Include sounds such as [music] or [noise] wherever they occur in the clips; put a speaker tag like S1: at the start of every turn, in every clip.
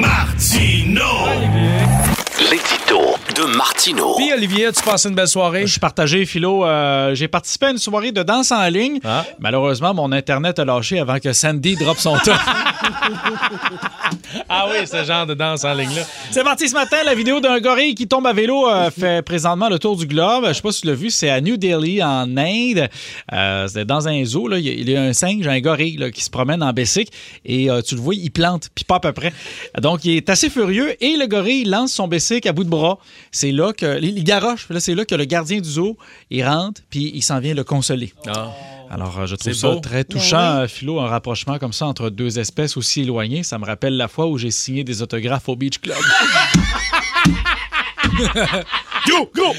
S1: Martino. L'édito de Martino.
S2: Puis Olivier, tu passes une belle soirée.
S3: Je suis partagé, Philo. Euh, j'ai participé à une soirée de danse en ligne.
S2: Ah.
S3: Malheureusement, mon Internet a lâché avant que Sandy drop son [laughs] top.
S2: Ah oui, ce genre de danse en ligne-là.
S3: c'est parti ce matin. La vidéo d'un gorille qui tombe à vélo euh, fait présentement le tour du globe. Je sais pas si tu l'as vu, c'est à New Delhi, en Inde. Euh, C'était dans un zoo. Là. Il y a- Il y a un singe, un gorille là, qui se promène en bicycle. Et euh, tu le vois, il plante, puis pas à peu près. Donc, il est assez furieux. Et le gorille lance son bicycle à bout de bras. C'est là que... Il garoche. Là, c'est là que le gardien du zoo, il rentre, puis il s'en vient le consoler. Alors, euh, je trouve
S2: Ah. C'est
S3: ça
S2: beau.
S3: très touchant, euh, Philo, un rapprochement comme ça entre deux espèces aussi éloignées. Ça me rappelle la fois où j'ai signé des autographes au Beach Club. Go, go!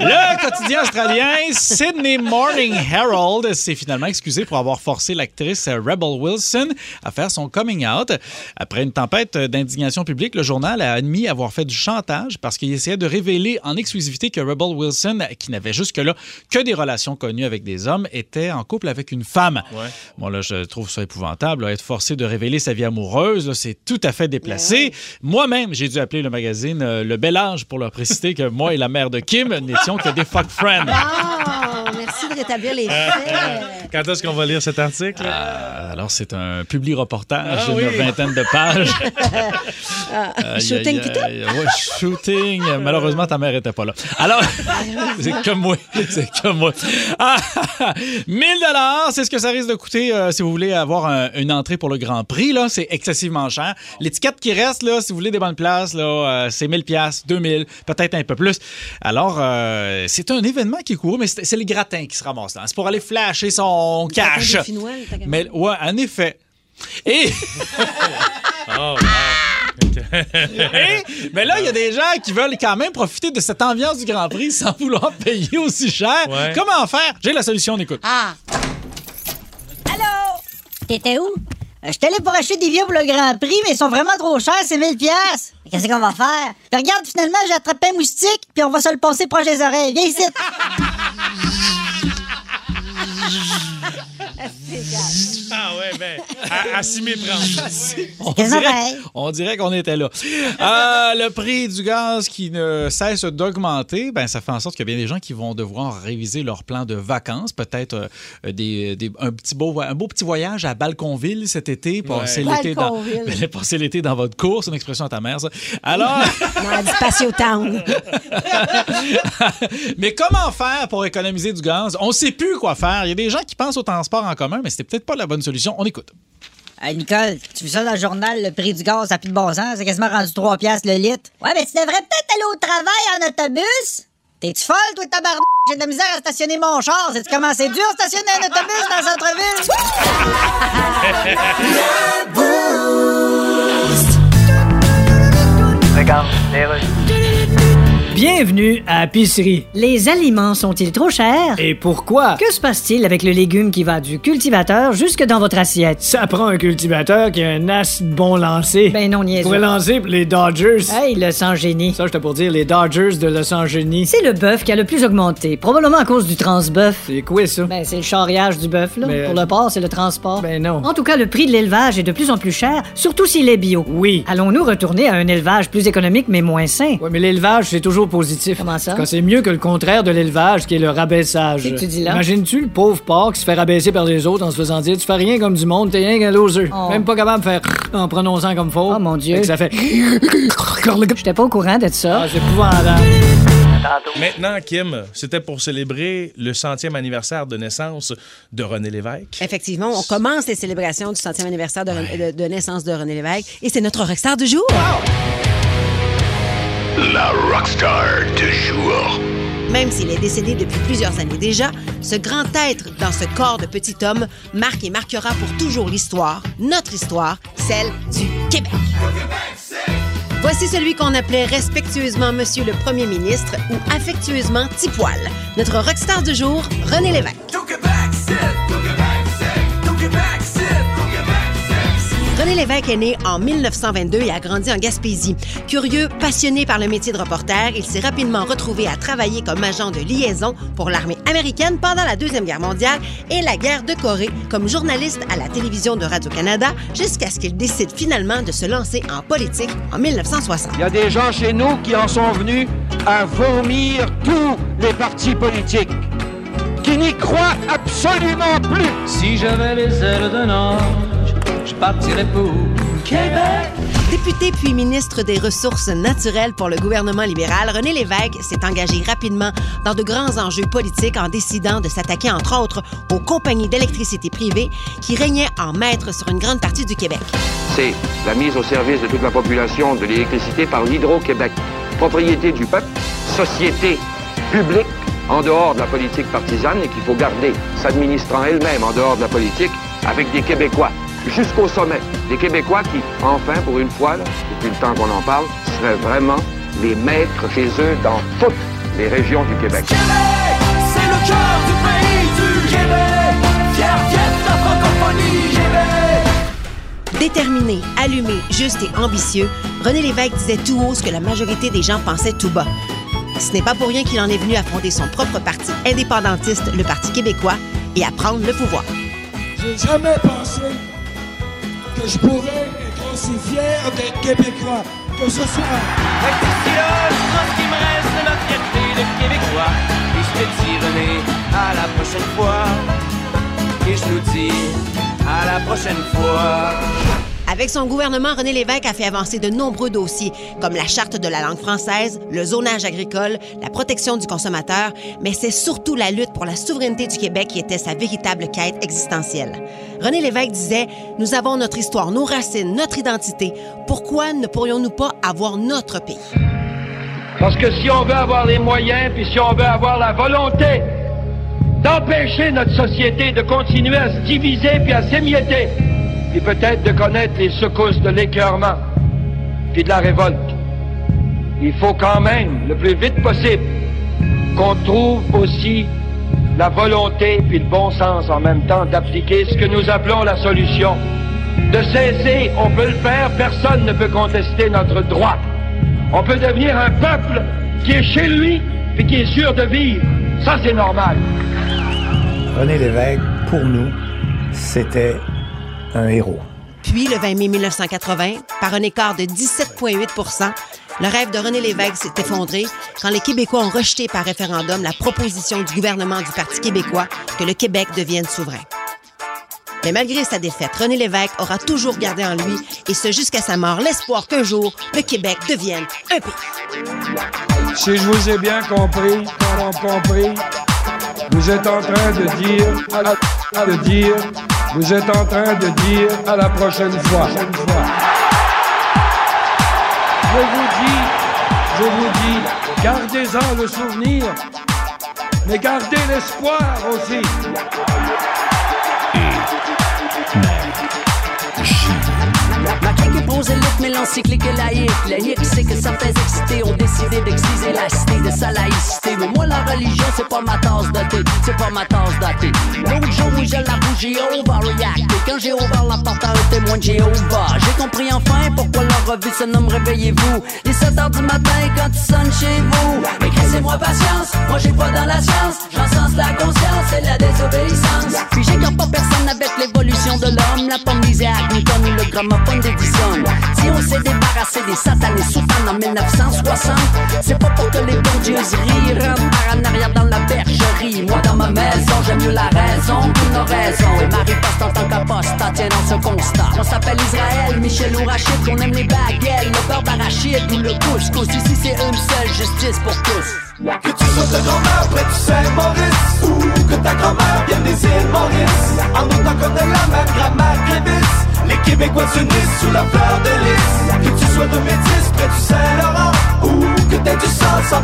S3: Le quotidien australien Sydney Morning Herald s'est finalement excusé pour avoir forcé l'actrice Rebel Wilson à faire son coming out. Après une tempête d'indignation publique, le journal a admis avoir fait du chantage parce qu'il essayait de révéler en exclusivité que Rebel Wilson, qui n'avait jusque-là que des relations connues avec des hommes, était en couple avec une femme. Bon, là, je trouve ça épouvantable. là, Être forcé de révéler sa vie amoureuse, là, c'est tout à fait déplacé. Moi-même, j'ai dû appeler le magazine euh, Le Bel Âge pour leur préciser que moi et la mère de Kim n'étions que des fuck friends.
S4: Ah, merci de rétablir les
S2: Euh,
S4: faits.
S2: Quand est-ce qu'on va lire cet article?
S3: Euh, alors, c'est un publi-reportage
S2: Ah
S3: d'une
S2: oui.
S3: vingtaine de
S2: [laughs]
S5: [laughs]
S3: pages.
S5: Ah,
S3: Aïe,
S4: Shooting
S3: aïe,
S4: tout up.
S3: aïe, ouais, shooting. Malheureusement, ta mère n'était pas là. Alors,
S2: [laughs]
S3: [laughs] c'est comme moi. C'est comme moi. Ah, [laughs] 1000 dollars, c'est ce que ça risque de coûter euh, si vous voulez avoir un- une entrée pour le Grand Prix. Là, c'est excessivement cher. L'étiquette qui reste, là, si vous voulez des bonnes places, là, euh, c'est 1000 pièces, 2000, peut-être un peu plus. Alors, euh, c'est un événement qui est court, mais c'est c'est les gratins qui se ramassent là. C'est pour aller flasher son
S4: gratin
S3: cash.
S4: des Finnois, le tagamet.
S3: Mais ouais, en effet. Et [laughs]
S2: Oh, [laughs]
S3: Et- mais là, il y a des gens qui veulent quand même profiter de cette ambiance du Grand Prix sans vouloir payer aussi cher.
S2: Ouais.
S3: Comment faire? J'ai la solution, on écoute.
S4: Ah! Allô? T'étais où? Euh, Je t'allais pour acheter des billets pour le Grand Prix, mais ils sont vraiment trop chers, c'est 1000 pièces. Qu'est-ce qu'on va faire? Puis regarde, finalement, j'ai attrapé un moustique, puis on va se le passer proche des oreilles. Viens [laughs] ici.
S2: Ah ouais, ben, à, à s'y méprendre.
S3: On
S4: quasiment
S3: dirait-
S4: pareil.
S3: on dirait qu'on était là. Euh, le prix du gaz qui ne cesse d'augmenter, ben, ça fait en sorte qu'il y a bien des gens qui vont devoir réviser leur plan de vacances, peut-être euh, des, des- un, petit beau, un beau petit voyage à Balconville cet été, passer
S4: Ouais.
S3: l'été dans,
S4: Balconville.
S3: ben, [laughs] passer l'été dans votre course, une expression à ta mère, ça. Alors...
S4: [laughs] Non, du Patio Town.
S3: [laughs] mais comment faire pour économiser du gaz? On sait plus quoi faire. Il y a des gens qui pensent au transport en commun, mais c'était peut-être pas la bonne solution. On écoute.
S4: Nicole, tu vois ça dans le journal, le prix du gaz, ça n'a plus de bon sens. C'est quasiment rendu 3 piastres le litre. Ouais, mais tu devrais peut-être aller au travail en autobus. T'es-tu folle, toi, tabarnak? J'ai de la misère à stationner mon char. C'est-tu comment c'est dur stationner un autobus dans le centre-ville?
S6: Bienvenue à la Pisserie.
S7: Les aliments sont-ils trop chers?
S6: Et pourquoi?
S7: Que se passe-t-il avec le légume qui va du cultivateur jusque dans votre assiette?
S6: Ça prend un cultivateur qui a un as de bon lancer.
S7: Ben non,
S6: Il
S7: niaiseux.
S6: pourrait lancer pour les Dodgers.
S7: Hey, le sang-génie.
S6: Ça, j'étais pour dire les Dodgers de Los Angeles.
S7: C'est le bœuf qui a le plus augmenté, probablement à cause du transbœuf.
S6: C'est quoi ça?
S7: Ben, c'est le charriage du bœuf, là.
S6: Mais-
S7: Pour le porc, c'est le transport.
S6: Ben non.
S7: En tout cas, le prix de l'élevage est de plus en plus cher, surtout s'il est bio.
S6: Oui.
S7: Allons-nous retourner à un élevage plus économique mais moins sain?
S6: Ouais, mais l'élevage, c'est toujours positif.
S7: Comment ça?
S6: Quand c'est mieux que le contraire de l'élevage, qui est le rabaissage.
S7: Qu'est-ce que tu dis là?
S6: Imagines-tu le pauvre porc qui se fait rabaisser par les autres en se faisant dire Tu fais rien comme du monde, t'es rien qu'un loser.
S7: Oh.
S6: Même pas capable de faire en prononçant comme faux.
S7: Oh, mon Dieu.
S6: Fait que
S7: [laughs]
S6: ça fait.
S7: J'étais pas au courant de ça.
S6: Ah, c'est épouvantable.
S2: Maintenant, Kim, c'était pour célébrer le centième anniversaire de naissance de René Lévesque.
S5: Effectivement, on commence les célébrations du centième anniversaire de, de- de naissance de René Lévesque et c'est notre rockstar du jour.
S1: [laughs] La rockstar du jour.
S5: Même s'il est décédé depuis plusieurs années déjà, ce grand être dans ce corps de petit homme marque et marquera pour toujours l'histoire, notre histoire, celle du Québec. Voici celui qu'on appelait respectueusement Monsieur le Premier ministre ou affectueusement Tipoil. Notre rockstar du jour, René Lévesque. René Lévesque est né en 1922 et a grandi en Gaspésie. Curieux, passionné par le métier de reporter, il s'est rapidement retrouvé à travailler comme agent de liaison pour l'armée américaine pendant la Deuxième Guerre mondiale et la guerre de Corée, comme journaliste à la télévision de Radio-Canada, jusqu'à ce qu'il décide finalement de se lancer en politique en 1960.
S8: Il y a des gens chez nous qui en sont venus à vomir tous les partis politiques, qui n'y croient absolument plus.
S9: Si j'avais les ailes d'un ange, je partirais pour Québec.
S5: Député puis ministre des Ressources naturelles pour le gouvernement libéral, René Lévesque s'est engagé rapidement dans de grands enjeux politiques en décidant de s'attaquer, entre autres, aux compagnies d'électricité privée qui régnaient en maître sur une grande partie du Québec.
S10: C'est la mise au service de toute la population de l'électricité par l'Hydro-Québec, propriété du peuple, société publique en dehors de la politique partisane et qu'il faut garder, s'administrant elle-même en dehors de la politique avec des Québécois jusqu'au sommet. Des Québécois qui, enfin, pour une fois, là, depuis le temps qu'on en parle, seraient vraiment les maîtres chez eux dans toutes les régions du Québec.
S11: Québec, c'est le cœur du pays du Québec. Fier, fier de la francophonie, Québec.
S5: Déterminé, allumé, juste et ambitieux, René Lévesque disait tout haut ce que la majorité des gens pensaient tout bas. Ce n'est pas pour rien qu'il en est venu à fonder son propre parti indépendantiste, le Parti québécois, et à prendre le pouvoir.
S12: J'ai jamais pensé que je pourrais être aussi fier d'être québécois que ce soir.
S13: Avec des fioles, moi, ce qui me reste de la fierté de québécois. Et je te dis, René, à la prochaine fois. Et je nous dis, à la prochaine fois.
S5: Avec son gouvernement, René Lévesque a fait avancer de nombreux dossiers, comme la charte de la langue française, le zonage agricole, la protection du consommateur, mais c'est surtout la lutte pour la souveraineté du Québec qui était sa véritable quête existentielle. René Lévesque disait Nous avons notre histoire, nos racines, notre identité. Pourquoi ne pourrions-nous pas avoir notre pays
S8: Parce que si on veut avoir les moyens, puis si on veut avoir la volonté d'empêcher notre société de continuer à se diviser puis à s'émietter, et peut-être de connaître les secousses de l'écœurement puis de la révolte. Il faut quand même, le plus vite possible, qu'on trouve aussi la volonté puis le bon sens en même temps d'appliquer ce que nous appelons la solution. De cesser, on peut le faire, personne ne peut contester notre droit. On peut devenir un peuple qui est chez lui puis qui est sûr de vivre. Ça, c'est normal.
S14: René Lévesque, pour nous, c'était un héros.
S5: Puis, le 20 mai 1980, par un écart de 17,8 le rêve de René Lévesque s'est effondré quand les Québécois ont rejeté par référendum la proposition du gouvernement du Parti québécois que le Québec devienne souverain. Mais malgré sa défaite, René Lévesque aura toujours gardé en lui, et ce jusqu'à sa mort, l'espoir qu'un jour, le Québec devienne un pays.
S12: Si je vous ai bien compris, comment compris, vous êtes en train de dire, à la, à le dire, vous êtes en train de dire à la prochaine fois. Je vous dis, je vous dis, gardez-en le souvenir, mais gardez l'espoir aussi.
S15: pose le look, mais l'encyclique et laïque. Laïque, c'est que certains excités ont décidé d'exciser la cité de sa laïcité. Mais moi, la religion, c'est pas ma tasse de thé, c'est pas ma tasse d'athée. L'autre jour, oui, je la rouge, j'ai ouvert le yak. Et quand j'ai ouvert la porte à un témoin de Jéhovah, j'ai compris enfin pourquoi la revue se nomme Réveillez-vous. Les 7 heures du matin, quand tu sonnes chez vous. Mais moi patience, moi j'ai pas dans la science. J'encense la conscience et la désobéissance. Puis j'écarte pas personne avec l'évolution de l'homme. La pomme d'Isaac Newton, le gramophone d'Edison. Si on s'est débarrassé des satanés soutanes en 1960, c'est pas pour que les bons dieux rient. Rentre par en arrière dans la bergerie. Moi dans ma maison, j'aime mieux la raison qu'une oraison. Et Marie passe en tant qu'apostat, tiens dans ce constat. On s'appelle Israël, Michel ou Rachid, qu'on aime les baguettes, le beurre d'arachide ou le couscous. Ici c'est une seule justice pour tous.
S11: Que tu sois ta grand-mère près du Saint-Maurice Ou que ta grand-mère vienne des îles Maurice En autant qu'on a la même grammaire grévisse Les Québécois s'unissent sous la fleur de lys Que tu sois de métis près du Saint-Laurent Ou que t'aies du sang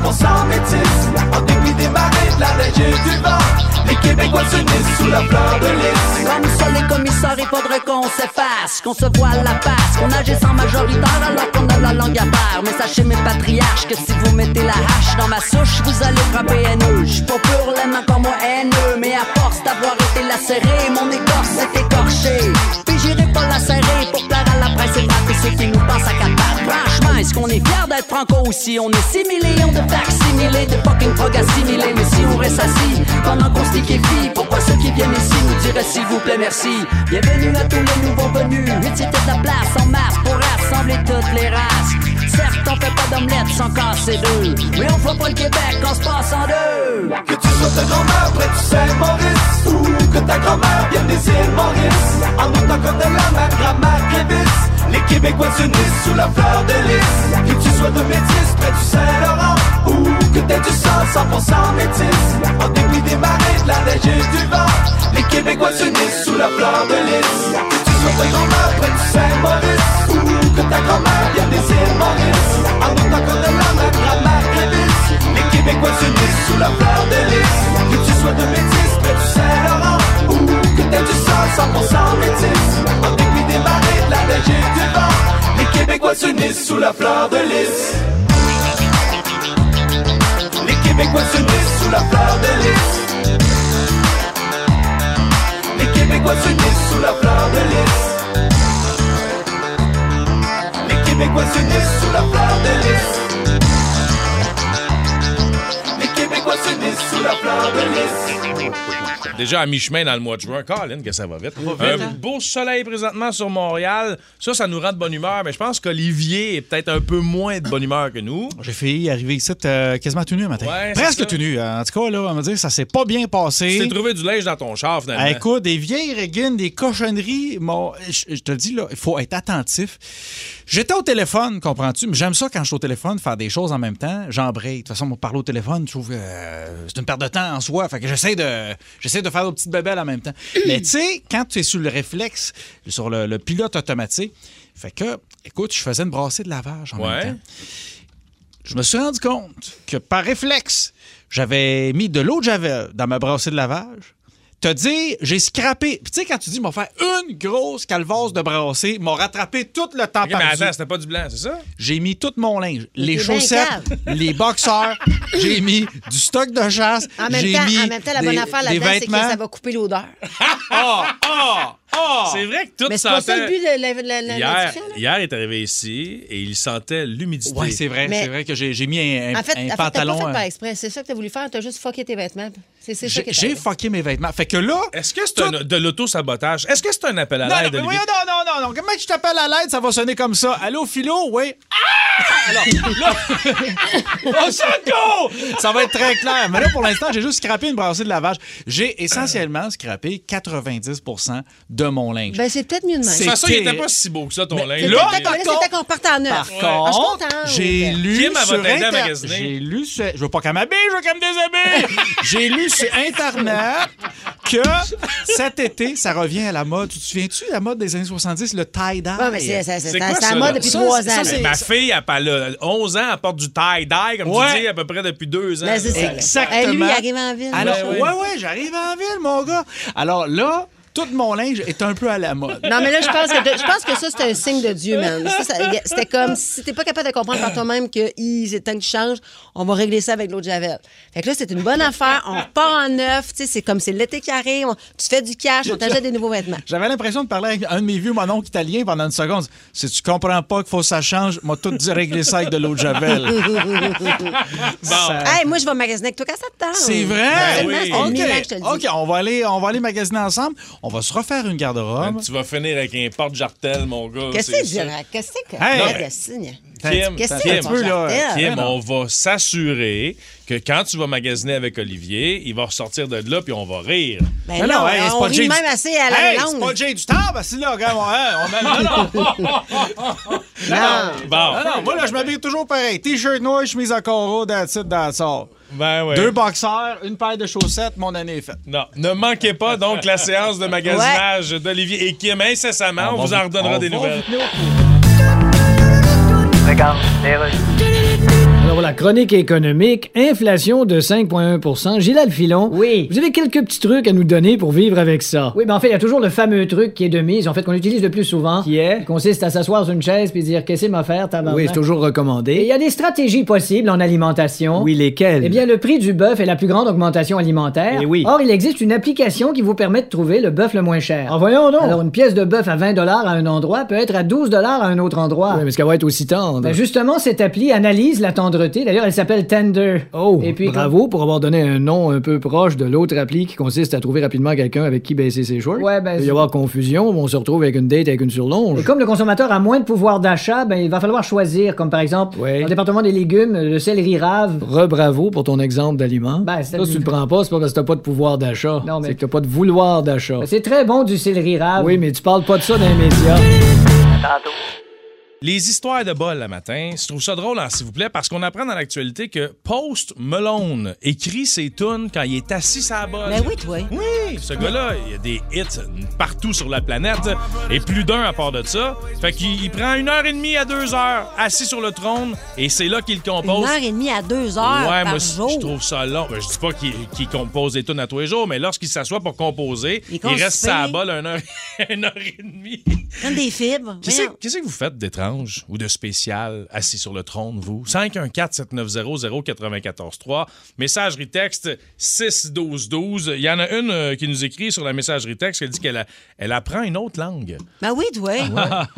S11: 100% métis En dépit des marées, de la neige et du vent Les Québécois s'unissent sous la fleur de lys
S15: Comme ça les commissaires, il faudrait qu'on s'efface Qu'on se voile la passe, qu'on agisse en majoritaire Alors qu'on a la langue à part Mais sachez mes patriarches que si vous mettez la hache dans ma soupe vous allez frapper haineux. J'suis pas pur, l'aime encore moi haineux. Mais à force d'avoir été lacéré, mon écorce s'est écorchée. Puis j'ai J'irai pas la serrer pour plaire à la presse et gratter ceux qui nous passent à quatre pattes. Franchement, est-ce qu'on est fiers d'être franco aussi? On est 6 millions de packs similés, de fucking prog assimilés. Mais si on reste assis pendant qu'on se liquéfie, pourquoi ceux qui viennent ici nous diraient s'il vous plaît merci? Bienvenue à tous les nouveaux venus. Huit c'était de la place en masse pour rassembler toutes les races. Certes, on fait pas d'omelette sans casser deux. Mais on fera pas le Québec en se passant deux.
S11: Que tu sois ta grand-mère près du Saint-Maurice Ou que ta grand-mère vienne des îles Maurice En autant que de la ma grand-mère Clévis Les Québécois s'unissent sous la fleur de lys Que tu sois de métis près du Saint-Laurent Ou que t'aies du sang 100% métis En dépit des marées, de la neige et du vent Les Québécois s'unissent sous la fleur de lys Que tu sois ta grand-mère près du Saint-Maurice Ou que ta grand-mère vienne des îles Maurice En autant que de la ma grand-mère Clévis Les Québécois s'unissent sous la fleur de lys Que tu sois de métis près du Saint-Laurent Ou que t'aies du sang 100% métis En dépit des marées, de la neige et du vent Les Québécois s'unissent sous la fleur de lys Les Québécois s'unissent sous la fleur de lys Les Québécois s'unissent sous la fleur de lys Les Québécois s'unissent sous la fleur de lys Les Québécois s'unissent sous la fleur de lys
S2: Déjà à mi-chemin dans le mois de juin. Colin, que ça va vite. Euh, un
S11: hein?
S2: beau soleil présentement sur Montréal. Ça, ça nous rend de bonne humeur, mais je pense qu'Olivier est peut-être un peu moins de bonne humeur que nous.
S3: J'ai failli arriver ici euh, quasiment tout nu un matin.
S2: Ouais, c'est ça.
S3: Presque tout nu. En tout cas, là, on va dire ça s'est pas bien passé.
S2: Tu t'es trouvé du linge dans ton char, finalement.
S3: Ah, écoute, des vieilles régines, des cochonneries. Mon, je, je te le dis, là, il faut être attentif. J'étais au téléphone, comprends-tu? Mais j'aime ça quand je suis au téléphone, faire des choses en même temps. J'embraye. De toute façon, on parle au téléphone, je trouve que euh, c'est une perte de temps en soi. Fait que j'essaie de, j'essaie de faire des petites bébelles en même
S2: [clears throat]
S3: temps. Mais tu sais, quand tu es sur le réflexe, sur le, le pilote automatique, fait que, écoute, je faisais une brassée de lavage en
S2: Ouais.
S3: même temps. Je me suis rendu compte que par réflexe, j'avais mis de l'eau de Javel dans ma brassée de lavage. Te dire, j'ai scrappé. Puis tu sais, quand tu dis, m'ont faire une grosse calvase de brassée, m'ont rattrapé tout le temps
S2: Ok, mais
S3: perdu.
S2: attends, c'était pas du blanc, c'est ça?
S3: J'ai mis tout mon linge, les
S2: T'es bien
S3: chaussettes,
S2: cave.
S5: [laughs]
S3: les boxeurs, j'ai mis du stock de chasse,
S5: En même,
S3: j'ai
S5: temps,
S3: mis
S5: en même temps, la
S3: des,
S5: bonne affaire
S3: des
S5: là-dedans, c'est que
S3: vêtements.
S5: ça va couper l'odeur.
S3: Ah, ah, ah!
S2: C'est vrai que tout
S5: Mais c'est pas ça
S2: sentait-
S5: le but de la, la- la- la
S2: Hier,
S5: discussion, là?
S2: hier, il est arrivé ici et il sentait l'humidité.
S3: Ouais, c'est vrai, Mais- c'est vrai
S2: que j'ai mis un,
S5: en fait, en fait, t'as pas fait par exprès. C'est ça que t'as voulu faire. T'as juste fucké tes vêtements. C'est c'est ça
S3: euh, J'ai
S5: que
S3: j'ai fucké mes vêtements. Fait que là.
S2: Est-ce que c'est un- de l'auto-sabotage? Est-ce que c'est un appel à
S3: Non, non,
S2: l'aide,
S3: mais
S2: Olivier?
S3: voyons, non, non, non, non. Comment que je t'appelle à l'aide, ça va sonner comme ça. Allô, Philo? Oui. Ah! Alors, là, [laughs] au secours! Ça va être très clair. Mais là, pour l'instant, j'ai juste scrappé une brassée de lavage. J'ai essentiellement scrappé 90 de mon linge.
S5: Ben, c'est peut-être mieux de même.
S2: De toute façon, il était pas si beau que ça, ton
S3: Mais
S2: linge.
S3: là,
S5: Peut-être qu'on- là, c'était qu'on parte en neuf.
S3: Par
S5: Ouais. Ah, je suis
S3: contre,
S5: contente.
S3: j'ai lu
S2: Kim, elle va
S3: sur
S2: t'aider à
S3: Internet.
S2: magasiner.
S3: J'ai lu sur... Je veux pas qu'elle m'habille, je veux qu'elle me déshabille. j'ai lu sur Internet que cet été, ça revient à la mode. Tu te souviens-tu de la mode des années 70, le tie-dye?
S5: Ouais, mais c'est- c'est- c'est-
S3: C'est
S5: c'est
S3: quoi
S5: à la
S3: ça, là?
S5: mode depuis
S3: Ça,
S5: trois ans.
S3: ça,
S5: là.
S3: c'est-
S2: Ma fille, elle, parle- elle a 11 ans, elle porte du tie-dye, comme tu
S3: Ouais.
S2: dis, à peu près depuis deux ans.
S5: Mais Ben, c'est ça.
S3: Exactement.
S5: Hey, lui, il arrive en ville.
S3: Alors,
S5: Ouais,
S3: ouais,
S5: ouais.
S3: ouais, j'arrive en ville, mon gars. Alors là, tout mon linge est un peu à la mode.
S5: Non, mais là, je pense que, je pense que ça, c'était un signe de Dieu, man. Ça, ça- C'était comme si t'es pas capable de comprendre par toi-même que Hi, c'est le temps que tu changes, on va régler ça avec l'eau de Javel. Fait que là, c'est une bonne affaire. On repart en neuf. Tu sais, c'est comme c'est l'été qui arrive. on- tu fais du cash, on t'achète des
S3: [laughs]
S5: nouveaux vêtements.
S3: J'avais l'impression de parler avec un de mes vieux mononcle italien pendant une seconde. Si tu comprends pas qu'il faut que ça change, moi tout dit régler ça avec de l'eau de javel.
S5: [laughs]
S3: Ça-
S5: Hey, moi, je vais magasiner avec toi quand ça te tente.
S3: C'est vrai?
S5: Vraiment, c'était le
S3: Ben OK.
S5: mille ans que je te le dis.
S3: OK, on va aller, on va aller magasiner ensemble. On va se refaire une garde-robe.
S2: Tu vas finir avec un porte-jartel, mon gars.
S5: Qu'est-ce que c'est, Dirac? Qu'est-ce que c'est que
S2: Hey!
S5: Regarde le signe?
S2: Kim,
S5: Qu'est-ce que
S2: Kim,
S5: c'est que ton jartel?
S2: Kim, on va s'assurer que quand tu vas magasiner avec Olivier, il va ressortir de là puis on va rire.
S5: Ben non,
S3: hey, c'est
S5: on
S3: pas
S5: rit
S3: Jay
S5: même
S3: du-
S5: assez à la
S3: Hey,
S5: langue.
S3: C'est pas Jay du temps, parce que là, regarde, on, hein, on- non,
S5: [laughs]
S3: non. Non, non.
S2: Bon.
S3: Non, non, moi, là, je m'habille toujours pareil. T-shirt noir, chemise à carreaux, that's it, that's all.
S2: Ben ouais.
S3: Deux boxeurs, une paire de chaussettes, mon année est faite.
S2: Non, ne manquez pas donc la séance
S5: [laughs]
S2: de magasinage d'Olivier et Kim incessamment. On, vous en redonnera des nouvelles.
S6: Alors pour la chronique économique, inflation de 5,1 Gilal Filon. Oui. Vous avez quelques petits trucs à nous donner pour vivre avec ça.
S7: Oui, ben en fait, il y a toujours le fameux truc qui est de mise, en fait, qu'on utilise le plus souvent. Qui est? consiste à s'asseoir sur une chaise puis dire Qu'est-ce qu'il m'a fait, tabarnak?
S6: Oui, c'est toujours recommandé.
S7: Et il y a des stratégies possibles en alimentation.
S6: Oui, lesquels?
S7: Eh bien, le prix du bœuf est la plus grande augmentation alimentaire.
S6: Eh oui.
S7: Or, il existe une application qui vous permet de trouver le bœuf le moins cher.
S6: En voyons donc.
S7: Alors, une pièce de bœuf à 20 à un endroit peut être à 12 à un autre
S3: Ah.
S7: endroit.
S6: Oui, mais ce qu'elle va être aussi tendre.
S7: Ben, justement, cette appli analyse la tendreté. D'ailleurs, elle s'appelle Tender.
S6: Oh,
S7: Et puis,
S6: bravo pour avoir donné un nom un peu proche de l'autre appli qui consiste à trouver rapidement quelqu'un avec qui baisser ses shorts.
S7: Ouais, ben,
S6: Il peut
S7: c'est-
S6: y avoir confusion, on se retrouve avec une date avec une surlonge.
S7: Et comme le consommateur a moins de pouvoir d'achat, ben, il va falloir choisir, comme par exemple, dans le département des légumes, le céleri rave.
S6: Re-bravo pour ton exemple d'aliment.
S7: Ben, c'est-
S6: ça, si tu le prends pas, c'est pas parce que t'as pas de pouvoir d'achat.
S7: Non, mais-
S6: C'est que t'as pas de vouloir d'achat.
S7: Ben, C'est très bon du céleri rave.
S6: Oui, mais tu parles pas de ça dans les médias.
S2: Les histoires de bol le matin, je trouve ça drôle, hein, s'il vous plaît, parce qu'on apprend dans l'actualité que Post Malone écrit ses tunes quand il est assis à la bolle.
S5: Ben oui, toi.
S2: Oui. Ce gars-là, il y a des hits partout sur la planète et plus d'un à part de ça. Fait qu'il il prend une heure et demie à deux heures assis sur le trône et c'est là qu'il compose.
S5: Une heure et demie à deux heures
S2: ouais,
S5: par
S2: moi,
S5: jour.
S2: je trouve ça long. Ben, je dis pas qu'il qu'il compose des tunes à tous les jours, mais lorsqu'il s'assoit pour composer, il,
S5: constipé.
S2: reste sa balle une heure, [laughs] une heure et demie.
S5: Prendre des fibres.
S2: Qu'est-ce
S5: Voyons.
S2: que- qu'est-ce que vous faites d'étrange ou de spécial assis sur le trône, vous? 514-790-0943. Messagerie texte 61212. Il y en a une euh, qui nous écrit sur la messagerie texte qui dit qu'elle a- elle apprend une autre langue. Ah
S5: Ben oui, toi.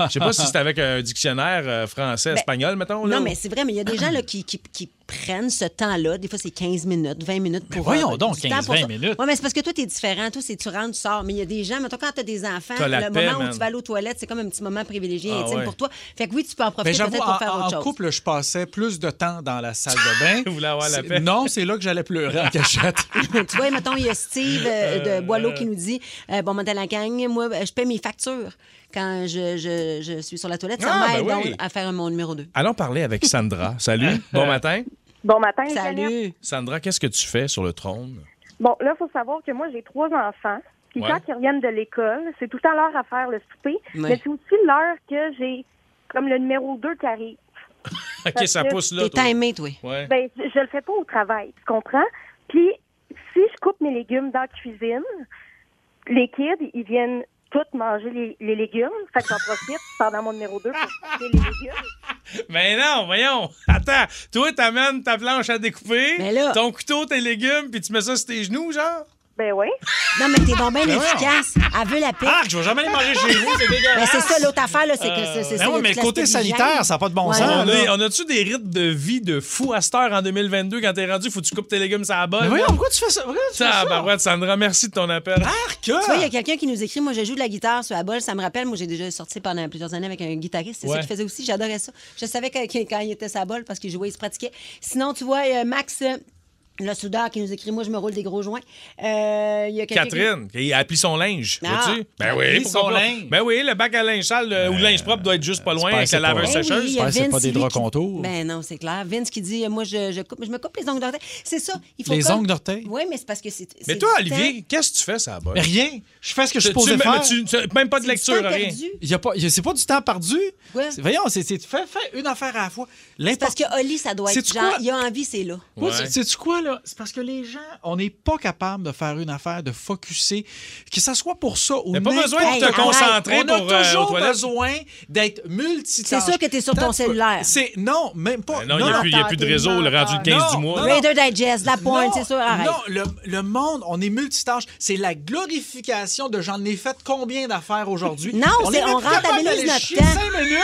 S2: Je sais pas si c'est avec un dictionnaire euh, français,
S5: Ben,
S2: espagnol, mettons. là.
S5: Non, mais c'est vrai, mais il y a des gens là, qui, qui- qui prennent ce temps-là. Des fois, c'est 15 minutes, 20 minutes pour. euh,
S3: voyons donc,
S5: du temps
S3: 15,
S5: pour ça.
S3: 20 minutes.
S5: Ouais, mais c'est parce que toi, t'es différent. Toi, c'est tu rentres, tu sors. Mais il y a des gens, mettons, quand t'as des enfants,
S3: T'as la
S5: le
S3: paix,
S5: moment
S3: man.
S5: où tu vas aller aux toilettes, c'est comme un petit moment privilégié,
S3: Ah
S5: intime
S3: ouais.
S5: pour toi. Fait que oui, tu peux en
S3: Mais
S5: profiter
S3: j'avoue,
S5: peut-être
S3: en,
S5: pour faire
S3: en
S5: autre chose.
S3: couple, je passais plus de temps dans la salle de [laughs] bain.
S2: Vous voulez avoir la
S3: C'est-
S2: paix?
S3: Non, c'est là que j'allais pleurer en cachette.
S5: tu vois, mettons, il y a Steve euh, de Boileau qui nous dit euh, Bon, matin, la gang, moi, euh, je paie mes factures quand je, je- je suis sur la toilette. Ça
S2: Ah,
S5: m'aide
S2: ben oui.
S5: donc à faire mon numéro 2.
S2: Allons parler avec Sandra. Salut.
S5: [laughs]
S2: bon matin.
S16: Bon matin, les
S5: Salut.
S2: Sandra, qu'est-ce que tu fais sur le trône?
S16: Bon, là, il faut savoir que moi, j'ai trois enfants. Puis
S2: Ouais.
S16: quand ils reviennent de l'école, c'est tout à l'heure à faire le souper.
S2: Ouais.
S16: Mais c'est aussi l'heure que j'ai comme le numéro 2 qui arrive.
S2: OK,
S16: Parce
S2: ça
S16: que-
S2: pousse là. Ouais.
S16: Ben, je, je le fais pas au travail, tu comprends? Puis si je coupe mes légumes dans la cuisine, les kids, ils viennent tous manger les, les légumes. Fait que j'en profite pendant mon numéro 2 pour couper les légumes.
S2: Mais Ben non, voyons. [laughs] Attends, toi, t'amènes ta planche à découper,
S5: Ben
S2: ton couteau, tes légumes, puis tu mets ça sur tes genoux, genre?
S16: Ben oui.
S5: Non, mais t'es bon bien
S2: Ben
S5: efficace. Elle veut la paix.
S2: Ah, je vais jamais les manger chez vous, c'est dégueulasse. Euh,
S5: Ben, c'est ça, l'autre affaire, là, c'est que c'est- c'est
S3: Ben
S5: ça,
S3: oui,
S5: il y a
S3: mais
S5: tout
S3: le côté
S5: l'aspect d'hygiène.
S3: sanitaire, Ah, ça n'a pas de bon
S5: Ouais.
S3: sens.
S2: On a- on a-tu des rites de vie de fou à cette heure en 2022 quand t'es rendu, faut que tu coupes tes légumes à la bolle?
S3: Mais voyons,
S2: là?
S3: pourquoi tu fais ça? Pourquoi tu fais
S2: Ça,
S3: ça?
S2: barouette, Sandra, merci de ton appel. Arc!
S5: Tu vois, il y a quelqu'un qui nous écrit Moi, je joue de la guitare sur la bolle. Ça me rappelle, moi, j'ai déjà sorti pendant plusieurs années avec un guitariste. C'est
S2: Ouais.
S5: ça qu'il faisait aussi. J'adorais ça. Je savais que, que- quand il était sa bolle parce qu'il jouait, il se pratiquait. Sinon, tu vois, euh, Max. euh, le soudeur qui nous écrit, moi je me roule des gros joints. Euh, il y a quelqu'un qui-
S2: Catherine, qui a pris son linge,
S5: Ah.
S2: vois-tu? Ben
S3: Elle a
S2: oui,
S3: pris
S2: pourquoi
S3: son
S2: pas?
S3: linge.
S2: Ben oui, le bac à linge sale euh, ou le linge propre doit être juste pas loin avec la laveuse
S5: Ben
S3: Eh
S5: oui,
S2: sécheuse.
S5: il y a Vince, lui, qui- Ben non, c'est clair. Vince qui dit, euh, moi, je, je coupe- je me coupe les ongles d'orteil. C'est ça. Il faut
S2: Les
S5: comme-
S2: ongles d'orteil?
S5: Oui, mais c'est parce que c'est.
S2: Mais
S5: c'est
S2: toi,
S5: du
S2: Olivier,
S5: temps.
S2: qu'est-ce que tu fais, ça, bolle?
S3: Mais rien. Je fais ce que je
S2: Tu-
S3: suis supposé
S2: tu- mais
S3: faire.
S2: tu- tu- même pas de C'est du lecture, temps rien. perdu.
S3: Il y a pas, il y a- c'est pas du temps perdu.
S5: Ouais.
S3: C'est- Voyons, c'est, c'est- fais, fais une affaire à la fois.
S5: C'est parce que Oli, ça doit être
S3: Sais-tu
S5: genre,
S3: quoi?
S5: il a envie, c'est là.
S3: C'est tu quoi, là? C'est parce que les gens, on n'est pas capable de faire une affaire, de focusser, que ça soit pour ça ou
S2: T'as pas
S3: n'importe
S2: besoin de te
S3: quoi.
S2: concentrer
S3: on a
S2: pour, euh, aux
S3: toujours
S2: toilettes.
S3: besoin d'être multitâche.
S5: C'est sûr que t'es sur ton
S3: Attends,
S5: cellulaire.
S3: C'est non, même pas.
S2: Ben non, il y a plus- il y a plus de réseau, le rendu le 15 du mois.
S3: non, non.
S5: Raider Digest, la pointe,
S3: Non,
S5: c'est sûr, arrête.
S3: Non, le, le monde, on est multitâche. C'est la glorification de j'en ai fait combien d'affaires aujourd'hui.
S5: Non,
S3: on
S5: c'est-
S3: est même
S5: on
S3: plus capable
S5: rentabilise
S3: d'aller
S5: notre
S3: chier
S5: temps.
S3: cinq minutes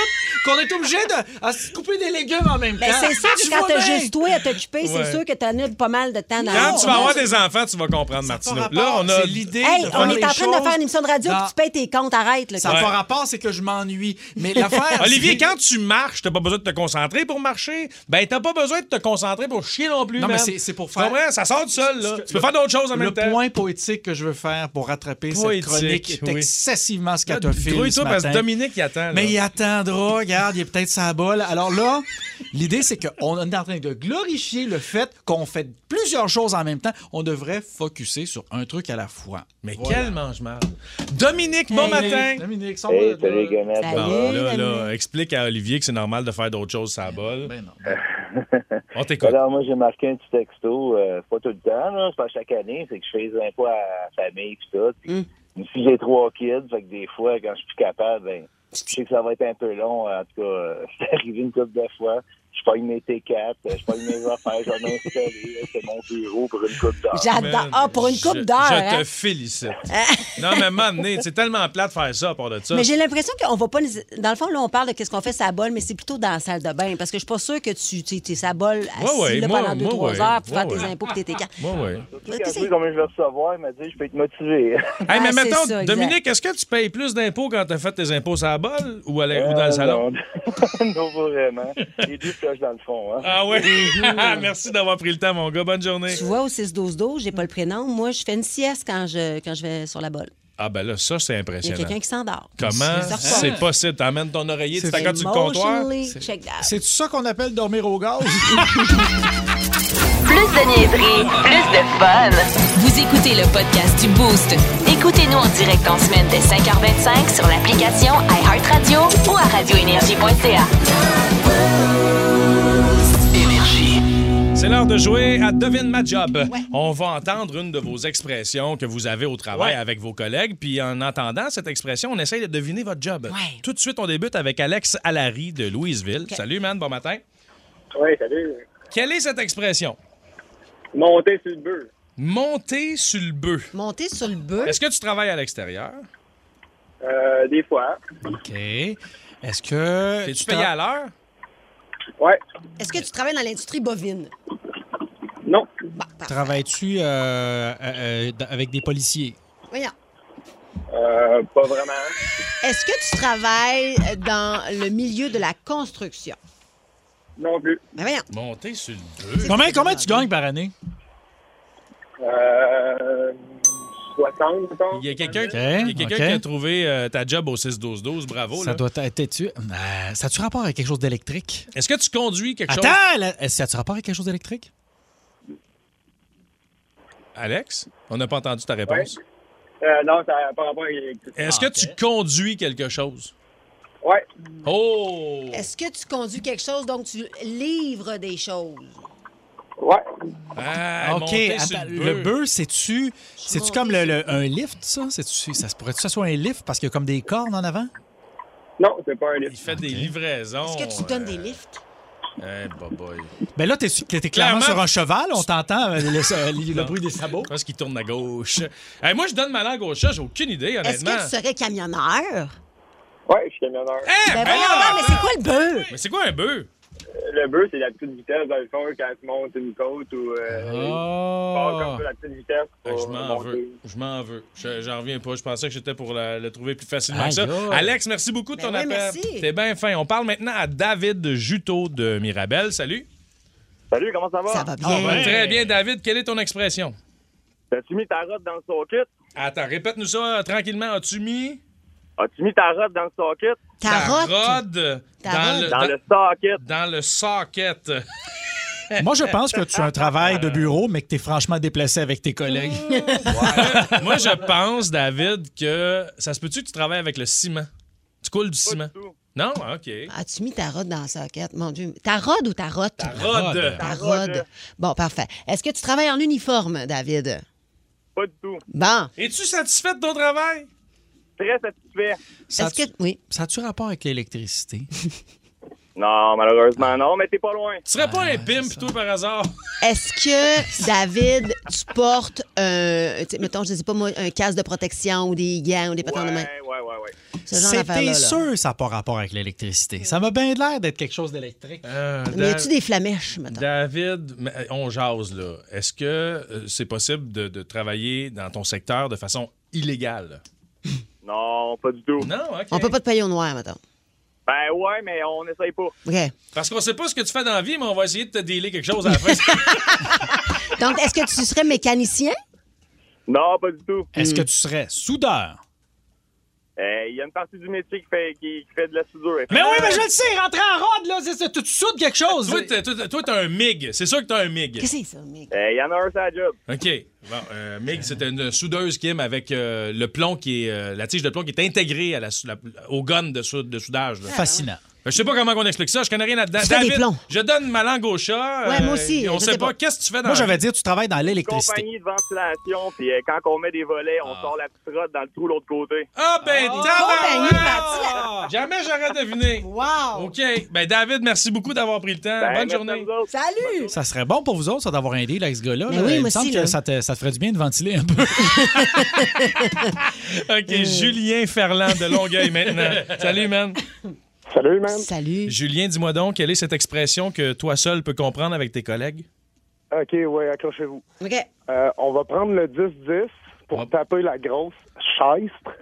S3: qu'on est obligé de à se couper des légumes en même
S5: Ben,
S3: temps.
S5: c'est sûr
S3: Tu
S5: que quand
S3: vois
S5: t'as
S3: bien.
S5: juste toi à t'occuper,
S2: Ouais.
S5: c'est sûr que t'en as pas mal de temps dans la
S2: Quand tu vas avoir
S5: journée.
S2: des enfants, tu vas comprendre, Martino.
S3: rapport,
S2: Là, on a.
S3: c'est l'idée
S5: Hey,
S3: de
S5: on
S3: faire
S5: est en
S3: les
S5: train de faire
S3: choses
S5: une émission de radio
S3: dans-
S5: puis tu payes tes comptes, arrête. Là,
S3: Ça n'a pas rapport, c'est que je m'ennuie. Mais l'affaire.
S2: [laughs] Olivier, quand tu marches, t'as pas besoin de te concentrer pour marcher. Ben, t'as pas besoin de te concentrer pour chier non plus.
S3: Non, mais
S2: man.
S3: c'est- c'est pour
S2: Tu
S3: faire-
S2: comprends? Ça sort du sol, là.
S3: Ce que-
S2: Tu peux faire d'autres choses en
S3: le
S2: même temps.
S3: point poétique que je veux faire pour rattraper cette
S2: Poétique,
S3: chronique est
S2: oui.
S3: excessivement
S2: Là,
S3: scatophile.
S2: grouille-toi
S3: ce
S2: parce que
S3: matin.
S2: Dominique, il attend, là.
S3: Mais il attendra, regarde, il est peut-être sa balle. Alors là, [laughs] l'idée, c'est qu'on est en train de glorifier le fait qu'on fait plusieurs choses en même temps. On devrait focuser sur un truc à la fois.
S2: Mais
S3: Voilà.
S2: quel mange-marde. Dominique, bon
S3: Hey,
S2: matin.
S3: Dominique, son
S17: Hey, salut les gars,
S2: Ah, Bon,
S17: Salut,
S2: là, là, explique à Olivier que c'est normal de faire d'autres choses, ça bol. [laughs] Oh,
S3: Ben non.
S2: On t'écoute.
S17: Alors, Ben moi, j'ai marqué un petit texto, euh, pas tout le temps, là, c'est pas chaque année, c'est que je fais un fois à la famille, puis tout. Puis, si j'ai trois kids, fait que des fois, quand je suis plus capable, ben, je sais que ça va être un peu long. En tout cas, euh, [laughs] c'est arrivé une couple de fois. Je pogne mes T4, euh, je pogne mes affaires, je vais m'installer, là, c'est mon bureau pour une coupe d'heure.
S2: Man,
S17: J'adore.
S5: ah, pour une coupe
S2: je-
S5: d'heure,
S2: Je te
S5: hein.
S2: félicite. [laughs] non, mais m'amener, c'est tellement plat de faire ça à part de ça.
S5: Mais j'ai l'impression qu'on va pas. les- Dans le fond, là, on parle de qu'est-ce qu'on fait sa bol, mais c'est plutôt dans la salle de bain. Parce que je suis pas sûre que tu es sa bol assis
S17: ouais,
S5: là,
S17: moi-
S5: pendant deux,
S17: moi,
S5: trois
S17: ouais.
S5: heures pour
S17: Ouais,
S5: faire tes
S17: ouais.
S5: impôts et tes cartes.
S2: Moi, oui.
S17: Quand je sais combien je vais recevoir, il m'a dit, je peux être motivé.
S2: Hey,
S5: Ah,
S2: mais mettons, Dominique, est-ce que tu payes plus d'impôts quand t'as fait tes impôts sur la bolle ou, à la- ou dans le salon?
S17: [laughs] Euh, non, [laughs] pas vraiment. Les deux cloches dans le fond. Hein. Mhm.
S2: Ah ouais? [laughs] Merci d'avoir pris le temps, mon gars. Bonne journée.
S5: Tu vois, au 6-12-12, j'ai pas le prénom. Moi, je fais une sieste quand je, quand je vais sur la bol.
S2: Ah ben là, ça, c'est
S5: Il y a
S2: impressionnant.
S5: quelqu'un qui s'endort.
S2: Comment
S5: Il se repose.
S2: c'est possible? T'emmènes ton oreiller, tu t'accordes sur le comptoir?
S5: Emotionally checked out.
S3: C'est ça qu'on appelle dormir au
S2: [laughs]
S3: gaz?
S18: Plus de niaiserie, plus de fun. Vous écoutez le podcast du Boost. Écoutez-nous en direct en semaine dès 5h25 sur l'application iHeartRadio ou à radioénergie.ca.
S2: C'est l'heure de jouer à Devine ma job. On va entendre une de vos expressions que vous avez au travail avec vos collègues. Puis en entendant cette expression, on essaye de deviner votre job. Tout de suite, on débute avec Alex Alary de Louisville. Salut, man. Bon matin.
S19: Oui, salut.
S2: Quelle est cette expression?
S19: Monter sur le bœuf.
S2: Monter sur le bœuf.
S5: Monter sur le bœuf?
S2: Est-ce que tu travailles à l'extérieur?
S19: Euh, des fois.
S3: OK. Est-ce que.
S2: T'es-tu payé à l'heure?
S19: Ouais.
S5: Est-ce que tu travailles dans l'industrie bovine?
S19: Non.
S5: Bah,
S3: Travailles-tu euh, euh, euh, d- avec des policiers?
S5: Voyons.
S19: Euh, pas vraiment.
S5: Est-ce que tu travailles euh, dans le milieu de la construction?
S19: Non plus.
S5: Ben voyons.
S2: Monter sur le bœuf.
S3: Combien, combien tu gagnes par année?
S19: Euh, 60, mettons.
S2: Il y a quelqu'un il y a quelqu'un
S3: ok.
S2: qui a trouvé euh, ta job au 6-12-12. Bravo.
S3: ça
S2: là.
S3: doit être. tu ça a-tu rapport avec quelque chose d'électrique?
S2: Est-ce que tu conduis quelque
S3: Attends!
S2: chose?
S3: là, euh, ça a-tu rapport avec quelque chose d'électrique?
S2: Alex, on n'a pas entendu ta
S19: Ouais.
S2: réponse.
S19: Euh, non, ça n'a pas rapport à Ah, l'électricité.
S2: Est-ce que tu conduis quelque chose?
S19: Ouais.
S2: Oh!
S5: Est-ce que tu conduis quelque chose, donc tu livres des choses?
S19: Ouais.
S2: Ah,
S3: OK.
S2: monter sur
S3: attends,
S2: le
S3: le
S2: bœuf.
S3: bœuf, c'est-tu c'est-tu comme le, le- un lift, ça? C'est-tu- ça se pourrait-tu que ça soit un lift parce qu'il y a comme des cornes en avant?
S19: Non, c'est pas un livre.
S2: Il fait des livraisons.
S5: Est-ce que tu donnes
S2: euh,
S5: des lifts?
S2: Eh, bah, boy.
S3: Ben là, t'es, su- t'es clairement,
S2: Clairement,
S3: sur un cheval, on t'entend euh, le, euh, le
S2: Non.
S3: bruit des sabots.
S2: Parce qu'il tourne à gauche. Eh, moi, je donne ma langue au chat, j'ai aucune idée,
S5: Est-ce
S2: honnêtement.
S5: que tu serais camionneur?
S19: Ouais, je suis camionneur.
S2: Eh, ben
S19: voyons
S2: là!
S19: donc, mais c'est quoi le
S5: bœuf?
S2: Mais c'est quoi un bœuf?
S19: Le bœuf, c'est la petite vitesse, dans le fond, quand tu montes une côte ou. Euh,
S2: Oh.
S19: tu pars comme ça, la petite vitesse.
S2: Fait que Eh, je
S19: pour
S2: m'en
S19: monter.
S2: veux. Je m'en veux. Je- J'en reviens pas. Je pensais que j'étais pour la- le trouver plus facilement que ça.
S19: Aïe, aïe.
S2: Alex, merci beaucoup de
S19: Ben
S2: ton
S19: oui,
S2: appel.
S19: merci.
S2: T'es bien fin. On parle maintenant à David Juteau de Mirabel. Salut.
S17: Salut, comment ça va?
S5: Ça va
S2: Ah, ben, très bien, David. Quelle est ton expression?
S19: As-tu Ben, mis ta robe dans le socket?
S2: Attends, répète-nous ça euh, tranquillement. As-tu mis
S19: As-tu mis ta robe dans le socket?
S2: ta rod
S19: Ta
S2: dans
S19: rod.
S2: le,
S19: Dans le socket?
S2: Dans le socket.
S3: [laughs] Moi, je pense
S2: [laughs]
S3: que tu as un travail de bureau, mais que t'es franchement déplacé avec tes collègues.
S2: Moi, je pense, David, que ça se peut-tu que tu travailles avec le ciment? Tu coules du ciment? Non? Ah, OK.
S5: As-tu mis ta rode dans la socket? Mon Dieu. Ta rode ou ta rotte? Ta
S2: rode.
S5: Ta
S2: Ta
S5: rode.
S2: rode.
S5: Bon, parfait. Est-ce que tu travailles en uniforme, David?
S19: Pas du tout.
S5: Bon.
S2: Es-tu satisfait de ton travail?
S19: Très satisfait.
S3: Ça
S5: Est-ce que... Oui.
S3: Ça a-tu rapport avec l'électricité?
S19: Non, malheureusement, non, mais t'es pas loin.
S2: Tu serais
S5: Ah,
S2: pas un pimp, plutôt, par hasard?
S5: Est-ce que, David, tu portes, euh, tu sais, mettons, je sais pas moi, un casque de protection ou des gants ou des patins de main?
S19: Ouais, ouais, ouais.
S5: [laughs] Ce genre
S3: C'était
S5: d'affaire-là, là.
S3: sûr, ça n'a pas rapport avec l'électricité. Ça m'a bien l'air d'être quelque chose d'électrique.
S5: Mais y a-tu des flamèches, mettons?
S2: David, mais, euh, on jase, là. Est-ce que euh, c'est possible de, de travailler dans ton secteur de façon illégale?
S19: Non, pas du tout.
S2: Non, OK.
S5: On peut pas te payer au noir, mettons.
S19: Ben ouais, mais on n'essaye pas.
S5: OK.
S2: Parce qu'on sait pas ce que tu fais dans la vie, mais on va essayer de te dealer quelque chose à
S5: [laughs]
S2: la fin.
S5: Donc, est-ce que tu serais mécanicien?
S19: Non, pas du tout.
S3: Est-ce que tu serais soudeur?
S19: Euh, Il y a une partie du métier qui fait, qui, qui fait de la soudure.
S3: Mais oui, mais je le sais, rentrer en rod, là, c'est, c'est- tu tu soudes quelque chose.
S2: euh, toi, t'as- toi, toi, t'as un MIG. C'est sûr que t'as un MIG.
S5: Qu'est-ce que c'est, ça, mec?
S19: Il Euh, y en a un, ça job.
S2: OK. Bon, euh, MIG, c'est une soudeuse, Kim, avec euh, le plomb qui est. euh, la tige de plomb qui est intégrée à la, sou- la- au gun de, sou- de soudage. là.
S3: Fascinant.
S2: Fait Je sais pas comment on explique ça. Je connais rien là-dedans.
S3: Tu fais des
S2: David,
S3: plombs.
S2: Je donne ma langue au chat.
S3: Ouais, moi aussi,
S2: et euh, On
S3: je
S2: sait
S3: sais
S2: pas.
S3: pas.
S2: Qu'est-ce que tu fais dans
S3: Moi,
S2: la-
S3: j'avais dit, tu travailles dans l'électricité.
S19: compagnie de ventilation, puis euh, quand on met des volets, on sort la petite rotte dans le trou de l'autre côté.
S2: Ah, ben,
S19: Oh,
S2: tabarouette! Jamais j'aurais deviné. Wow. OK. Ben, David, merci beaucoup d'avoir pris le temps.
S3: Ben,
S2: Bonne
S3: merci
S2: journée.
S5: Salut!
S3: Ça serait bon pour vous autres, ça, d'avoir un deal avec ce gars-là.
S2: Ben
S3: là.
S2: oui,
S3: il
S2: moi
S3: me semble
S2: aussi,
S3: que
S2: là.
S3: ça te, ça te ferait du bien de ventiler un peu.
S2: OK,
S20: Hmm.
S2: Julien Ferland de Longueuil maintenant. Salut, man.
S20: Salut, man.
S5: Salut.
S2: Julien, dis-moi donc, quelle est cette expression que toi seul peux comprendre avec tes collègues?
S20: OK, ouais, accrochez-vous.
S5: OK.
S20: Euh, on va prendre le 10-10 pour taper la grosse chaistre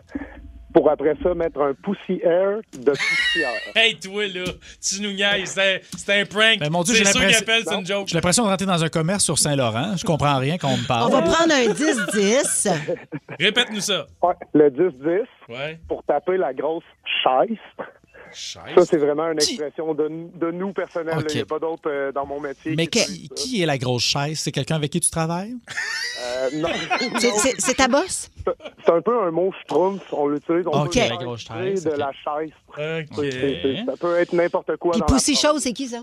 S20: pour après ça mettre un poussière de poussière.
S2: Hey, toi, là, tu nous niaises. C'était c'était un prank.
S3: Mais mon Dieu, j'ai
S2: c'est sûr qu'il
S3: l'impression-
S2: appelle, c'est une joke.
S3: J'ai l'impression de rentrer dans un commerce sur Saint-Laurent. Je comprends rien quand on me parle.
S5: On va prendre
S3: [laughs]
S5: un 10-10.
S2: Répète-nous ça.
S20: Ouais, le 10-10
S2: Ouais.
S20: pour taper la grosse chaistre. Ça, c'est vraiment une expression de, de nous personnel. là.
S3: OK.
S20: Il n'y a pas d'autre euh, dans mon métier.
S3: Mais qui,
S20: qui
S3: qui est la grosse chaise? C'est quelqu'un avec qui tu travailles?
S20: Euh,
S3: [laughs]
S20: non.
S5: C'est- c'est- C'est ta bosse?
S20: C'est un peu un mot schtroumpf, on l'utilise. On
S3: OK.
S20: peut
S3: La grosse
S20: l'utiliser
S3: chaise,
S20: de
S3: OK.
S20: la chaise.
S2: C'est-
S20: c'est- Ça peut être n'importe quoi.
S5: Puis
S20: dans la
S5: Poussy Chose, c'est qui ça?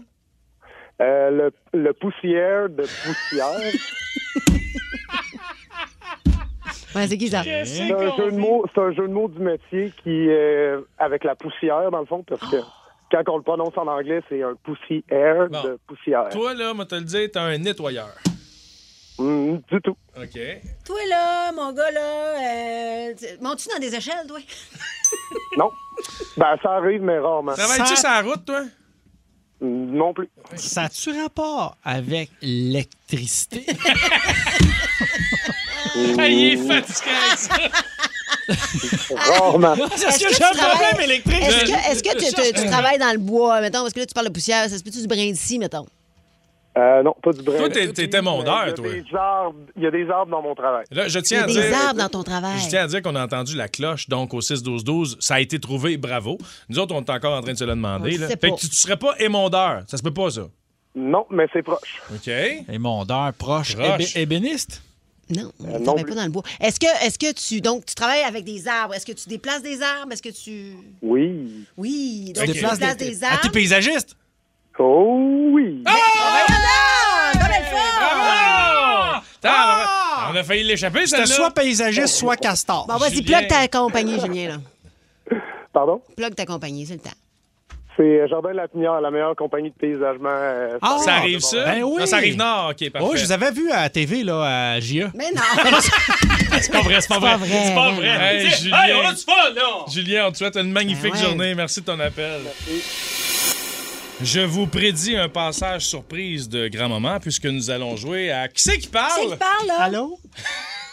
S20: Euh, le, le poussière de
S3: [laughs]
S20: poussière.
S5: Ouais, c'est qui ça?
S20: C'est un, jeu de mots- c'est un jeu de mots du métier qui est euh, avec la poussière, dans le fond, parce que quand on le prononce en anglais, c'est un poussière
S2: Oh! Bon.
S20: de poussière.
S2: Toi, là, moi, te le dire, t'es un nettoyeur.
S20: Mm, du tout.
S2: OK.
S5: Toi, là, mon gars, là, euh, tu- montes-tu dans des échelles, toi?
S20: Non. Ben, ça arrive, mais rarement.
S2: Travailles-tu sur la route, toi?
S20: Mm, Non plus.
S3: Ça a-tu rapport avec l'électricité?
S2: [laughs] Ah, il
S20: Mm,
S2: est fatigué avec
S3: Ah,
S2: ça.
S20: Rarement.
S3: Est-ce que
S5: tu
S3: j'ai un
S5: travailles-
S3: problème électrique?
S5: Est-ce
S3: Je-
S5: que, est-ce que tu-
S3: je
S5: tu,
S3: cherche-
S5: tu travailles dans le bois, mettons? Parce que là, tu parles de poussière. Ça se peut-tu du brin d'ici, mettons?
S20: Euh, non, pas du brin.
S2: Toi, t'es- t'es témondeur,
S20: Il y a
S2: toi.
S20: des arbres- Il y a des arbres dans mon travail.
S2: Là, je tiens à
S5: Il y a des
S2: dire-
S5: arbres dans ton travail.
S2: Je tiens à dire qu'on a entendu la cloche, donc au 6-12-12, ça a été trouvé, bravo. Nous autres, on est encore en train de se le demander.
S20: On
S2: là.
S20: sait
S2: Fait
S20: pas.
S2: que tu, tu serais pas émondeur, ça se peut pas, ça.
S20: Non, mais c'est proche.
S2: OK. Émondeur,
S3: proche, ébé- ébéniste?
S5: Euh, Non, on ne
S3: Euh, non
S5: travaille
S3: plus.
S5: pas dans le bois. Est-ce que, est-ce que tu. Donc, tu travailles avec des arbres. Est-ce que tu déplaces des arbres? Est-ce que tu.
S20: Oui.
S5: Oui, donc
S3: Tu
S5: tu
S3: déplaces
S5: déplaces
S3: des-
S2: Ah,
S5: des arbres.
S3: T'es paysagiste?
S20: Oh oui!
S5: Ah, comme elle
S2: Ah! T'as- On a failli l'échapper,
S3: C'était
S2: celle-là.
S3: soit paysagiste, soit castor.
S5: Bon, vas-y,
S3: Julien.
S5: plug ta compagnie, Julien, là.
S20: Pardon?
S5: Plug ta compagnie, c'est le temps.
S20: C'est euh, Jardin Lapinière, la meilleure compagnie de paysagement. euh,
S3: Ah,
S20: sur-
S2: Ça arrive ça?
S3: Ben oui.
S2: Non, ça arrive nord, OK, parfait.
S3: Oh, je les avais vus à la TV, là, à E. JE.
S5: Mais
S3: [laughs]
S5: non!
S3: C'est pas vrai, c'est pas vrai.
S2: C'est pas vrai. Hey,
S3: Tiens,
S2: Julien.
S3: hey, on a du
S2: fun, là. Julien, on te souhaite une magnifique
S5: Ah
S3: Ben ouais.
S2: journée. Merci de ton appel. Je vous prédis un passage surprise de grand-maman puisque nous allons jouer à Qui c'est qui
S3: C'est
S2: parle?
S5: parle, là?
S3: Allô?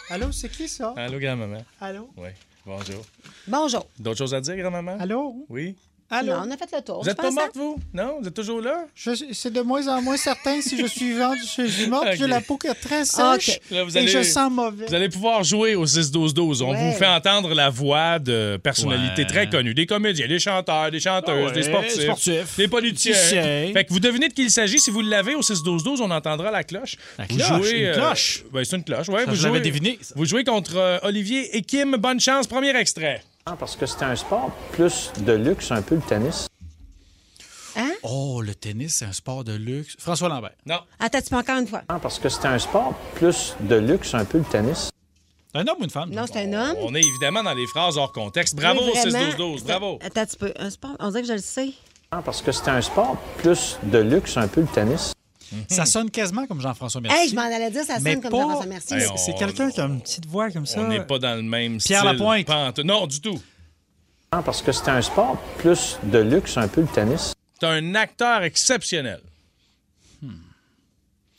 S3: Allô, c'est qui ça?
S2: Allô, grand-maman.
S3: Allô?
S2: Oui. Bonjour.
S5: Bonjour.
S2: D'autres choses à dire, grand-maman?
S3: Allô?
S2: Oui.
S3: Allô?
S5: Non, on a fait le tour.
S2: Vous
S5: je
S2: êtes pas
S5: pense,
S2: morte, vous? Non? Vous êtes toujours là?
S3: Je- C'est de moins en moins certain si je suis vivante, je suis morte,
S2: [laughs] Ok.
S3: j'ai la peau qui est très sèche
S2: Ok. Là, vous
S3: et
S2: allez-
S3: je sens mauvais.
S2: Vous allez pouvoir jouer au 6-12-12. On
S3: Ouais.
S2: vous fait entendre la voix de personnalités
S3: Ouais. Ah
S2: très connues. Des comédiens, des chanteurs, des chanteuses,
S3: Ouais,
S2: des sportifs,
S3: sportifs,
S2: des politiciens.
S3: politiciens.
S2: Fait que vous devinez de qui il s'agit. Si vous l'avez au 6-12-12, on entendra la cloche. Vous
S3: cloche, une cloche.
S2: ben, c'est une cloche, ouais.
S3: Ça,
S2: vous
S3: je l'avais
S2: jouez-
S3: deviné,
S2: Vous jouez contre euh, Olivier et Kim. Bonne chance. Premier extrait.
S21: Ah, Parce que c'était un sport plus de luxe, un peu le tennis.
S5: Hein?
S3: Oh, le tennis, c'est un sport de luxe. François Lambert.
S2: Non.
S5: Attends, tu peux encore une fois.
S21: Ah, Parce que c'était un sport plus de luxe, un peu le tennis.
S3: Un homme ou une femme?
S5: Non, c'est un homme.
S2: On est évidemment dans les phrases hors contexte. Bravo au
S5: Oui, vraiment.
S2: 6-12-12. Bravo.
S5: Attends, tu peux. Un sport. On dirait que je le sais.
S21: Ah, Parce que c'était un sport plus de luxe, un peu le tennis.
S3: Mm-hmm. Ça sonne quasiment comme Jean-François Mercier.
S5: Hey, je m'en allais dire, ça
S3: Mais
S5: sonne comme
S3: pas-
S5: Jean-François Mercier.
S3: C'est- C'est quelqu'un qui a une petite voix comme ça.
S2: On n'est pas dans le même
S3: Pierre
S2: style.
S3: Lapointe.
S2: pente. Non, du tout.
S21: Ah, Parce que c'était un sport plus de luxe, un peu le tennis.
S2: C'est un acteur exceptionnel.
S5: Hmm.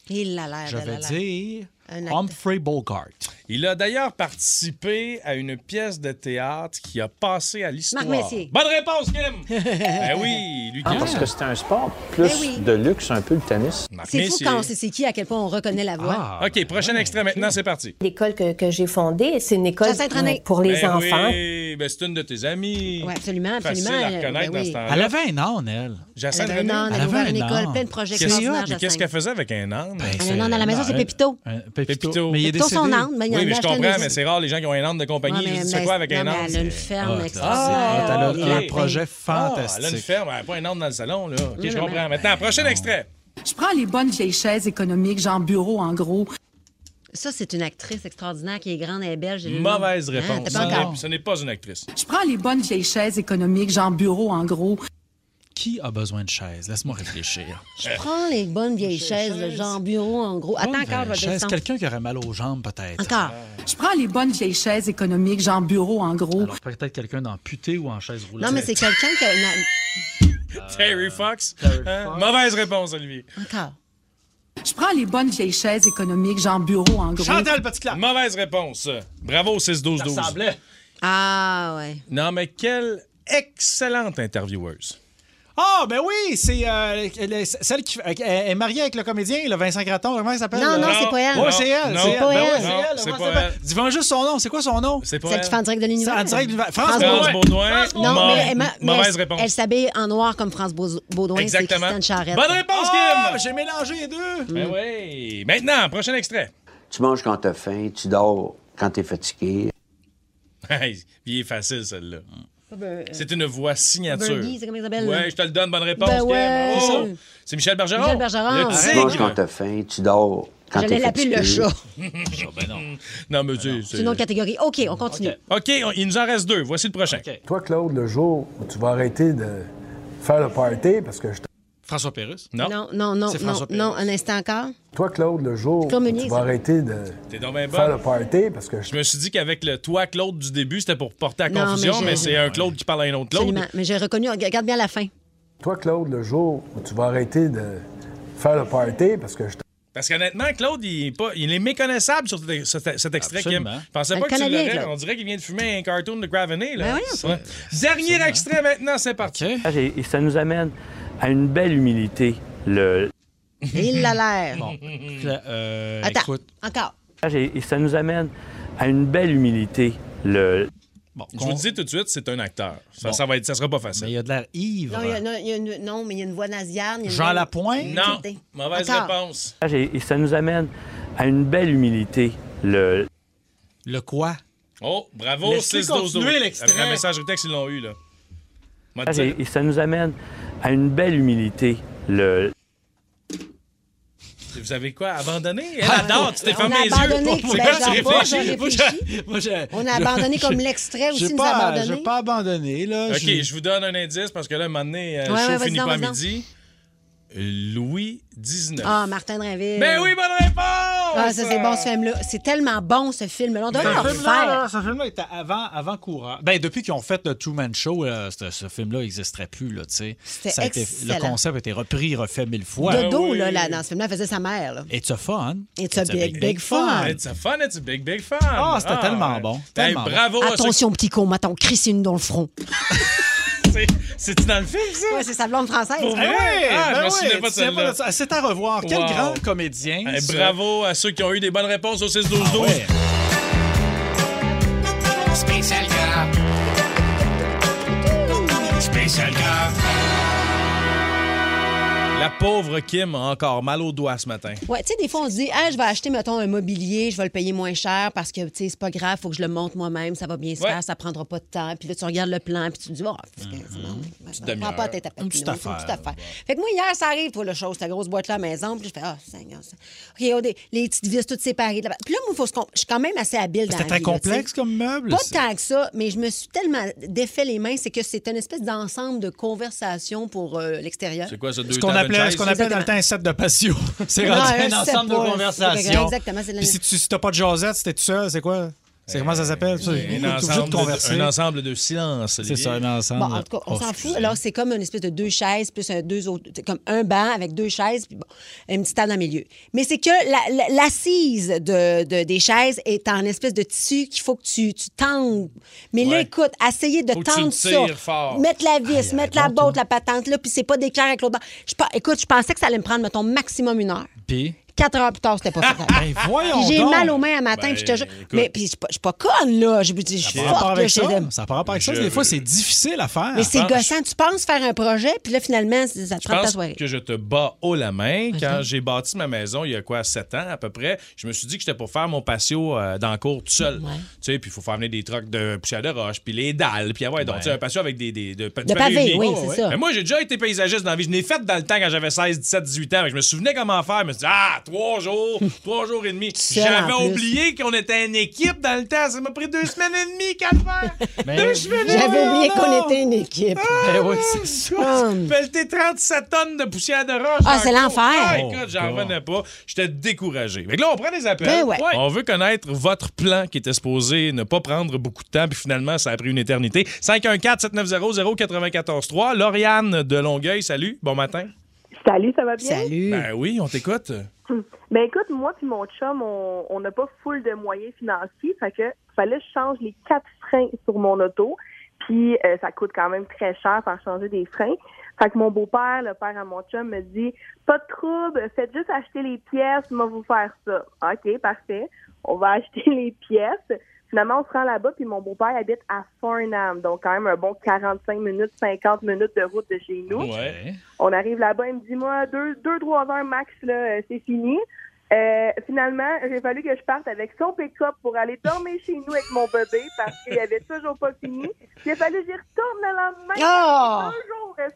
S5: Il a l'air.
S3: Je
S5: de la
S3: vais
S5: l'air.
S3: dire
S5: Un acteur.
S3: Humphrey Bogart.
S2: Il a d'ailleurs participé à une pièce de théâtre qui a passé à l'histoire.
S21: Marc Messier.
S2: Bonne réponse, Kim! [laughs] ben oui, lui qui
S21: Ah, parce que c'était un sport plus
S5: Ben oui.
S21: de luxe, un peu le tennis.
S5: C'est fou quand on sait c'est qui, à quel point on reconnaît la voix.
S3: Ah,
S2: OK,
S3: ben,
S2: prochain extrait maintenant, c'est parti.
S22: L'école que, que j'ai fondée, c'est une école
S5: Jacinthe
S22: pour,
S5: René.
S22: pour les
S2: Ben
S22: enfants.
S2: Oui, ben c'est une de tes amies.
S5: Oui, absolument,
S2: Facile
S5: absolument.
S2: à reconnaître
S5: Ben
S2: dans
S5: oui.
S2: ce temps-là.
S3: Elle avait un âne, elle.
S2: Jacinthe
S5: Elle avait
S2: René.
S5: un âne, elle
S2: Elle
S5: ouvrait
S2: avait
S5: une
S2: un
S5: école,
S2: âne.
S5: plein de projets
S2: Qu'est-ce-
S5: extraordinaires,
S2: Mais Qu'est-ce
S5: Jacinthe.
S2: qu'elle faisait avec un âne?
S5: Elle a un âne à la maison, c'est Pépito.
S3: Pépito.
S2: Mais il est
S5: Pépito, son
S2: décédé.
S5: âne, mais il y en
S2: Oui, mais je
S5: acheté une
S2: comprends,
S5: maison.
S2: mais c'est rare les gens qui ont un âne de compagnie.
S5: Ouais, mais-
S2: tu sais
S5: mais-
S2: quoi avec
S5: non,
S2: un
S5: mais
S2: âne?
S5: elle a une
S2: c'est-
S5: ferme
S2: Ah,
S5: extraordinaire,
S2: ah,
S5: des
S2: ok. Ah,
S5: lapins.
S2: elle a une ferme, elle a pas un âne dans le salon, là. Ok,
S1: Oui,
S2: je
S1: mais-
S2: comprends. Maintenant, prochain extrait.
S1: Je prends les bonnes vieilles chaises économiques, genre bureau en gros.
S5: Ça, c'est une actrice extraordinaire qui est grande, elle est belge. elle est
S2: Mauvaise
S5: longue. Hein,
S2: réponse.
S5: t'as pas
S2: Ce n'est-
S5: encore.
S2: Ce n'est pas une actrice.
S1: Je prends les bonnes vieilles chaises économiques, genre bureau en gros.
S3: Qui a besoin de chaise? Laisse-moi réfléchir.
S5: Je prends les bonnes vieilles chaises, le genre bureau, en gros. Attends encore, je vais
S3: Euh, chaise,
S5: descendre.
S3: quelqu'un qui aurait mal aux jambes, peut-être.
S5: Encore.
S1: Je prends les bonnes vieilles chaises économiques, genre bureau en gros.
S3: Alors, peut-être quelqu'un d'amputé ou en chaise roulante.
S5: Non, mais c'est quelqu'un qui a une...
S2: Terry Fox. Hein? Mauvaise réponse, Olivier.
S5: Encore.
S1: Je prends les bonnes vieilles chaises économiques, genre bureau en gros.
S2: Petit Clap. Mauvaise réponse. Bravo, 6-12-12.
S1: Ça ressemblait.
S5: Ah, ouais.
S2: Non, mais quelle excellente intervieweuse.
S3: Ah, ben oui, c'est euh, elle est- celle qui elle- elle est mariée avec le comédien, le Vincent Gratton, comment il s'appelle?
S5: Non, non, c'est pas elle.
S3: Oui, c'est elle.
S5: Non,
S3: c'est
S5: c'est pas
S3: Ben oui,
S5: elle.
S3: c'est
S5: Non,
S3: elle,
S5: c'est
S3: ouais,
S5: pas
S3: c'est Dis-moi juste son nom. C'est quoi son nom?
S2: C'est pas
S5: Celle qui fait en direct de l'univers.
S3: En direct de l'univers. Ah, France Baudouin.
S5: France
S2: Baudouin.
S5: Non,
S3: Mau-
S5: mais, elle m'a- mais
S3: mauvaise
S5: elle-
S3: réponse.
S5: Elle s'habille en noir comme France Bau- Baudouin. c'est
S2: Exactement.
S5: Christiane Charette. Hmm.
S2: Bonne réponse,
S3: Ah,
S2: Kim!
S3: J'ai mélangé les deux.
S2: Ben oui. Maintenant, prochain extrait.
S4: Tu manges quand t'as faim, tu dors quand t'es fatigué.
S2: [laughs] Hey, Il est facile, celle-là.
S5: Ah,
S2: C'est une voix signature.
S5: Bergie, ben, euh, c'est comme Isabelle.
S2: Ouais, je te le donne, bonne réponse.
S5: Ben
S2: Kim.
S5: ouais.
S2: Bravo. C'est Michel Bergeron.
S5: Michel Bergeron.
S2: Le
S5: Arrête.
S4: Tu manges quand
S2: tigre.
S4: t'as faim, tu dors quand t'es
S5: J'allais l'appeler
S4: fatigué.
S5: le chat.
S4: [laughs]
S3: Ah, ben
S2: non. Non, mais tu
S5: C'est une autre catégorie. OK, on continue.
S2: OK, on- il nous en reste deux. Voici le prochain.
S23: Toi, Claude, le jour où tu vas arrêter de faire le party, parce que je... t-
S3: François Pérusse?
S2: Non.
S23: Non.
S5: Non, non, non,
S23: C'est
S5: non,
S23: François
S5: non, un instant encore.
S23: Toi, Claude, le jour où
S5: Claude Meunier,
S23: tu
S5: ça.
S23: vas arrêter de
S2: T'es donc bien
S23: faire
S2: bonne.
S23: le party, parce que je...
S2: Je me suis dit qu'avec le toi Claude du début, c'était pour porter à
S5: Non,
S2: confusion,
S5: mais
S2: mais,
S5: j'ai-
S2: c'est un Claude qui parle à un autre Claude.
S5: Absolument. Mais j'ai reconnu, regarde bien
S2: [laughs]
S5: la fin.
S23: Toi, Claude, le jour où tu vas arrêter de faire le party, parce que je... t-
S2: Parce qu'honnêtement, Claude, il est, pas, il est méconnaissable sur cet- cet, cet extrait qu'il
S23: Absolument.
S2: Je pensais
S5: Ben,
S23: On
S2: pas
S23: le
S2: que tu
S23: connaît bien,
S2: l'aurais.
S23: Claude.
S2: On dirait qu'il vient de fumer un cartoon de Graveney. Là.
S23: Ben
S2: Ouais. Dernier extrait maintenant, c'est parti.
S24: Ah, Et, et ça nous amène à une belle humilité. Le...
S5: Il l'a l'air.
S3: euh,
S5: Attends, encore.
S24: Ah, Et, et ça nous amène à une belle humilité. Le...
S2: Je vous le dis tout de suite, c'est un acteur. Ça, ça va être, ça sera pas facile. Mais
S3: il a de l'air ivre.
S5: Non, il y a, non, il y a une, non, mais il y a une voix nasillarde. il y a une-
S2: Non.
S5: Une-
S2: Mauvaise
S5: Encore.
S2: réponse.
S24: Ah, Et, et ça nous amène à une belle humilité. Le...
S3: Le quoi?
S2: Oh, bravo,
S3: Laisse-le
S2: 6 12
S3: continuer l'extrait.
S2: Après la messagerie texte, ils l'ont eu, là. Moi, tu sais,
S24: Ah, Et, et ça nous amène à une belle humilité. Le...
S2: Vous savez quoi? Abandonné? Elle
S3: Ah,
S2: adore, tu t'es
S5: on
S2: fermé
S5: a
S2: les
S5: abandonné, Ben,
S2: yeux.
S5: Claude
S2: C'est quoi,
S5: Bergeron.
S2: tu
S5: Moi, je
S2: réfléchis?
S5: réfléchis. On a abandonné comme l'extrait aussi,
S3: J'ai
S5: nous
S3: pas-
S5: a abandonné.
S3: J'ai pas abandonné, là.
S2: OK,
S3: J'ai-
S2: je vous donne un indice parce que là, un moment donné, euh, le
S5: Ouais,
S2: show
S5: ouais, vas-y
S2: finit
S5: donc,
S2: pas à
S5: vas-y donc.
S2: midi. Euh, Louis 19.
S5: Ah, Martin Drainville.
S2: Ben oui, bonne réponse!
S5: Ah, ça, c'est bon, ce film-là. C'est tellement bon, ce film-là. On
S3: Ce
S5: devrait le
S3: film-là,
S5: refaire.
S3: ce film-là était avant, avant courant. Ben, depuis qu'ils ont fait le Truman Show, là, ce, ce film-là n'existerait plus. Là, tu sais.
S5: C'était
S3: Ça a été-
S5: excellent.
S3: Le concept a été repris, refait mille fois.
S5: De dos, là, là, dans ce film-là, faisait sa mère. Là.
S3: It's a fun.
S5: It's a big, big fun.
S2: Ah, It's a fun, it's a big, big fun.
S3: Ah, c'était tellement bon.
S2: Ben,
S3: Tellement bon.
S2: bravo à ceux
S5: Attention, petit con, m'attends, crisse une dans le front.
S2: C'est- C'est-tu dans le film, ça?
S5: Ouais, c'est sa blonde française.
S3: Eh
S2: Pour vrai? Ah, je me souvenais pas de
S3: tu sais
S2: celle-là.
S3: de ça. C'est à revoir. Quel
S2: Wow.
S3: grand comédien.
S2: Eh,
S3: ça. Ah
S2: bravo à ceux qui ont eu des bonnes réponses au 6-12-12.
S5: ben
S25: Spécial gars. Spécial gars.
S2: La pauvre Kim a encore mal aux doigts ce matin.
S5: Ouais, tu sais, des fois, on se dit, ah, je vais acheter, mettons, un mobilier, je vais le payer moins cher parce que, tu sais, c'est pas grave, faut que je le monte moi-même, ça va bien se
S2: Ouais.
S5: faire, ça prendra pas de temps. Puis là, tu regardes le plan, puis tu te dis, oh, c'est bon,
S2: demi-heure.
S5: prends pas la tête à
S2: Une petite
S5: papineau, c'est
S2: affaire,
S5: Fait que moi, hier, ça arrive, toi, le chose, ta grosse boîte-là à la maison, puis je fais, ah, Seigneur, ça- OK, oh, des- les petites vis toutes séparées. de la- Puis là, moi, faut se com- je suis quand même assez habile dans
S3: C'était
S5: la
S3: très
S5: vie, là,
S3: complexe
S5: tu sais.
S3: comme meuble.
S5: Pas
S3: ça.
S5: tant que ça, mais je me suis tellement défait les mains, c'est que c'est une espèce d'ensemble de conversation pour euh, l'extérieur.
S2: C'est quoi, ça, deux
S3: Ce qu'on
S2: tables, une
S3: appelait, ce
S2: chaise?
S3: qu'on appelait dans le temps un set de
S5: [laughs]
S3: patio. C'est
S5: Non,
S3: rendu
S5: un
S3: un
S5: set
S3: ensemble de
S5: pas, c'est-
S3: conversations.
S5: exactement, c'est de la-
S3: Puis si tu si t'as pas de Josette, c'était tout seul, c'est quoi? C'est comment ça s'appelle? ça? T'es
S2: Un
S3: obligé de
S2: ensemble
S3: converser.
S2: de, un ensemble de silence.
S3: C'est ça, un ensemble.
S5: Bon, en tout
S2: oh,
S5: cas, on s'en fout. Alors, c'est comme une espèce de deux chaises, plus un, deux autres, c'est comme un banc avec deux chaises, puis bon, une petite table dans le milieu. Mais c'est que la- la- l'assise de, de- des chaises est en espèce de tissu qu'il faut que tu, tu tendes. Mais là,
S26: Ouais.
S5: écoute, essayer de
S26: Faut que tu
S5: tendre
S26: le
S5: ça,
S26: tires fort.
S5: mettre la vis, mettre la botte, la patente, là, puis c'est pas d'éclair avec l'autre. banc. Je, pa- écoute, je pensais que ça allait me prendre, mettons, maximum une heure.
S3: Puis,
S5: Quatre heures plus tard, c'était pas faisable.
S3: voyons
S5: Puis J'ai
S3: donc.
S5: mal aux mains un matin,
S3: Ben,
S5: puis je te jure.
S3: écoute.
S5: Mais puis je suis pas- je suis pas conne, là. Je me dis, je suis
S3: Ça part
S5: forte, là,
S3: avec
S5: chez
S3: ça.
S5: them.
S3: Ça part avec ça.
S2: Je-
S3: Des fois, c'est difficile à faire.
S5: Mais c'est gossant. Tu penses faire un projet, puis là, finalement, ça te
S2: Je
S5: prend ta
S2: pense
S5: soirée.
S2: que je te bats haut la main. Quand j'ai bâti ma maison, il y a quoi, 7 ans à peu près, je me suis dit que j'étais pour faire mon patio euh, dans le cours tout seul. Tu sais, puis il faut faire venir des trocs de poussière de roche, puis les dalles, puis ah ouais, donc tu sais, un patio avec des, des, de,
S5: De pavés, oui, c'est ça.
S2: Mais moi, j'ai déjà été paysagiste dans la vie. Je l'ai fait dans le temps quand j'avais 16, 17, 18 ans. Fait que Je me souvenais comment faire. Je me suis dit, ah, trois jours, [laughs] trois jours et demi.
S5: seul,
S2: J'avais
S5: en plus.
S2: oublié qu'on était une équipe dans le temps. Ça m'a pris deux semaines et demie qu'à le
S5: [laughs]
S2: faire. Deux semaines et
S5: J'avais
S2: demie.
S5: oublié qu'on était une équipe.
S2: Ah,
S5: hum.
S3: Eh oui, c'est
S2: ben ça. Pelleter 37 tonnes de poussière de roche.
S5: Ah,
S2: dans
S5: c'est
S2: le
S5: l'enfer.
S2: cours. Ah,
S5: Oh,
S2: écoute, j'en revenais pas. J'étais découragé. Fait que là, on prend des appels.
S5: Ben ouais.
S2: On veut connaître votre plan qui était supposé ne pas prendre beaucoup de temps, puis finalement, ça a pris une éternité. 514-790-0943. Lauriane de Longueuil, salut. Bon matin.
S8: Salut, ça va bien?
S2: Ben oui, on t'écoute.
S8: Ben écoute, moi puis mon chum, on on n'a pas full de moyens financiers, fait que fallait que je change les quatre freins sur mon auto, puis euh, ça coûte quand même très cher faire changer des freins. Fait que mon beau-père, le père à mon chum, me dit pas de trouble, faites juste acheter les pièces, moi vous faire ça. Ok, parfait. On va [laughs] acheter les pièces. Finalement, on se rend là-bas, puis mon beau-père habite à Farnham, donc quand même un bon 45 minutes, 50 minutes de route de chez nous.
S2: Ouais.
S8: On arrive là-bas, il me dit, moi, deux, deux trois heures max, là, euh, c'est fini. Euh, finalement, j'ai fallu que je parte avec son pick-up pour aller dormir chez nous avec mon bébé parce qu'il avait toujours pas fini. J'ai fallu que j'y retourne le lendemain.
S5: Ah!
S8: Deux jours, euh,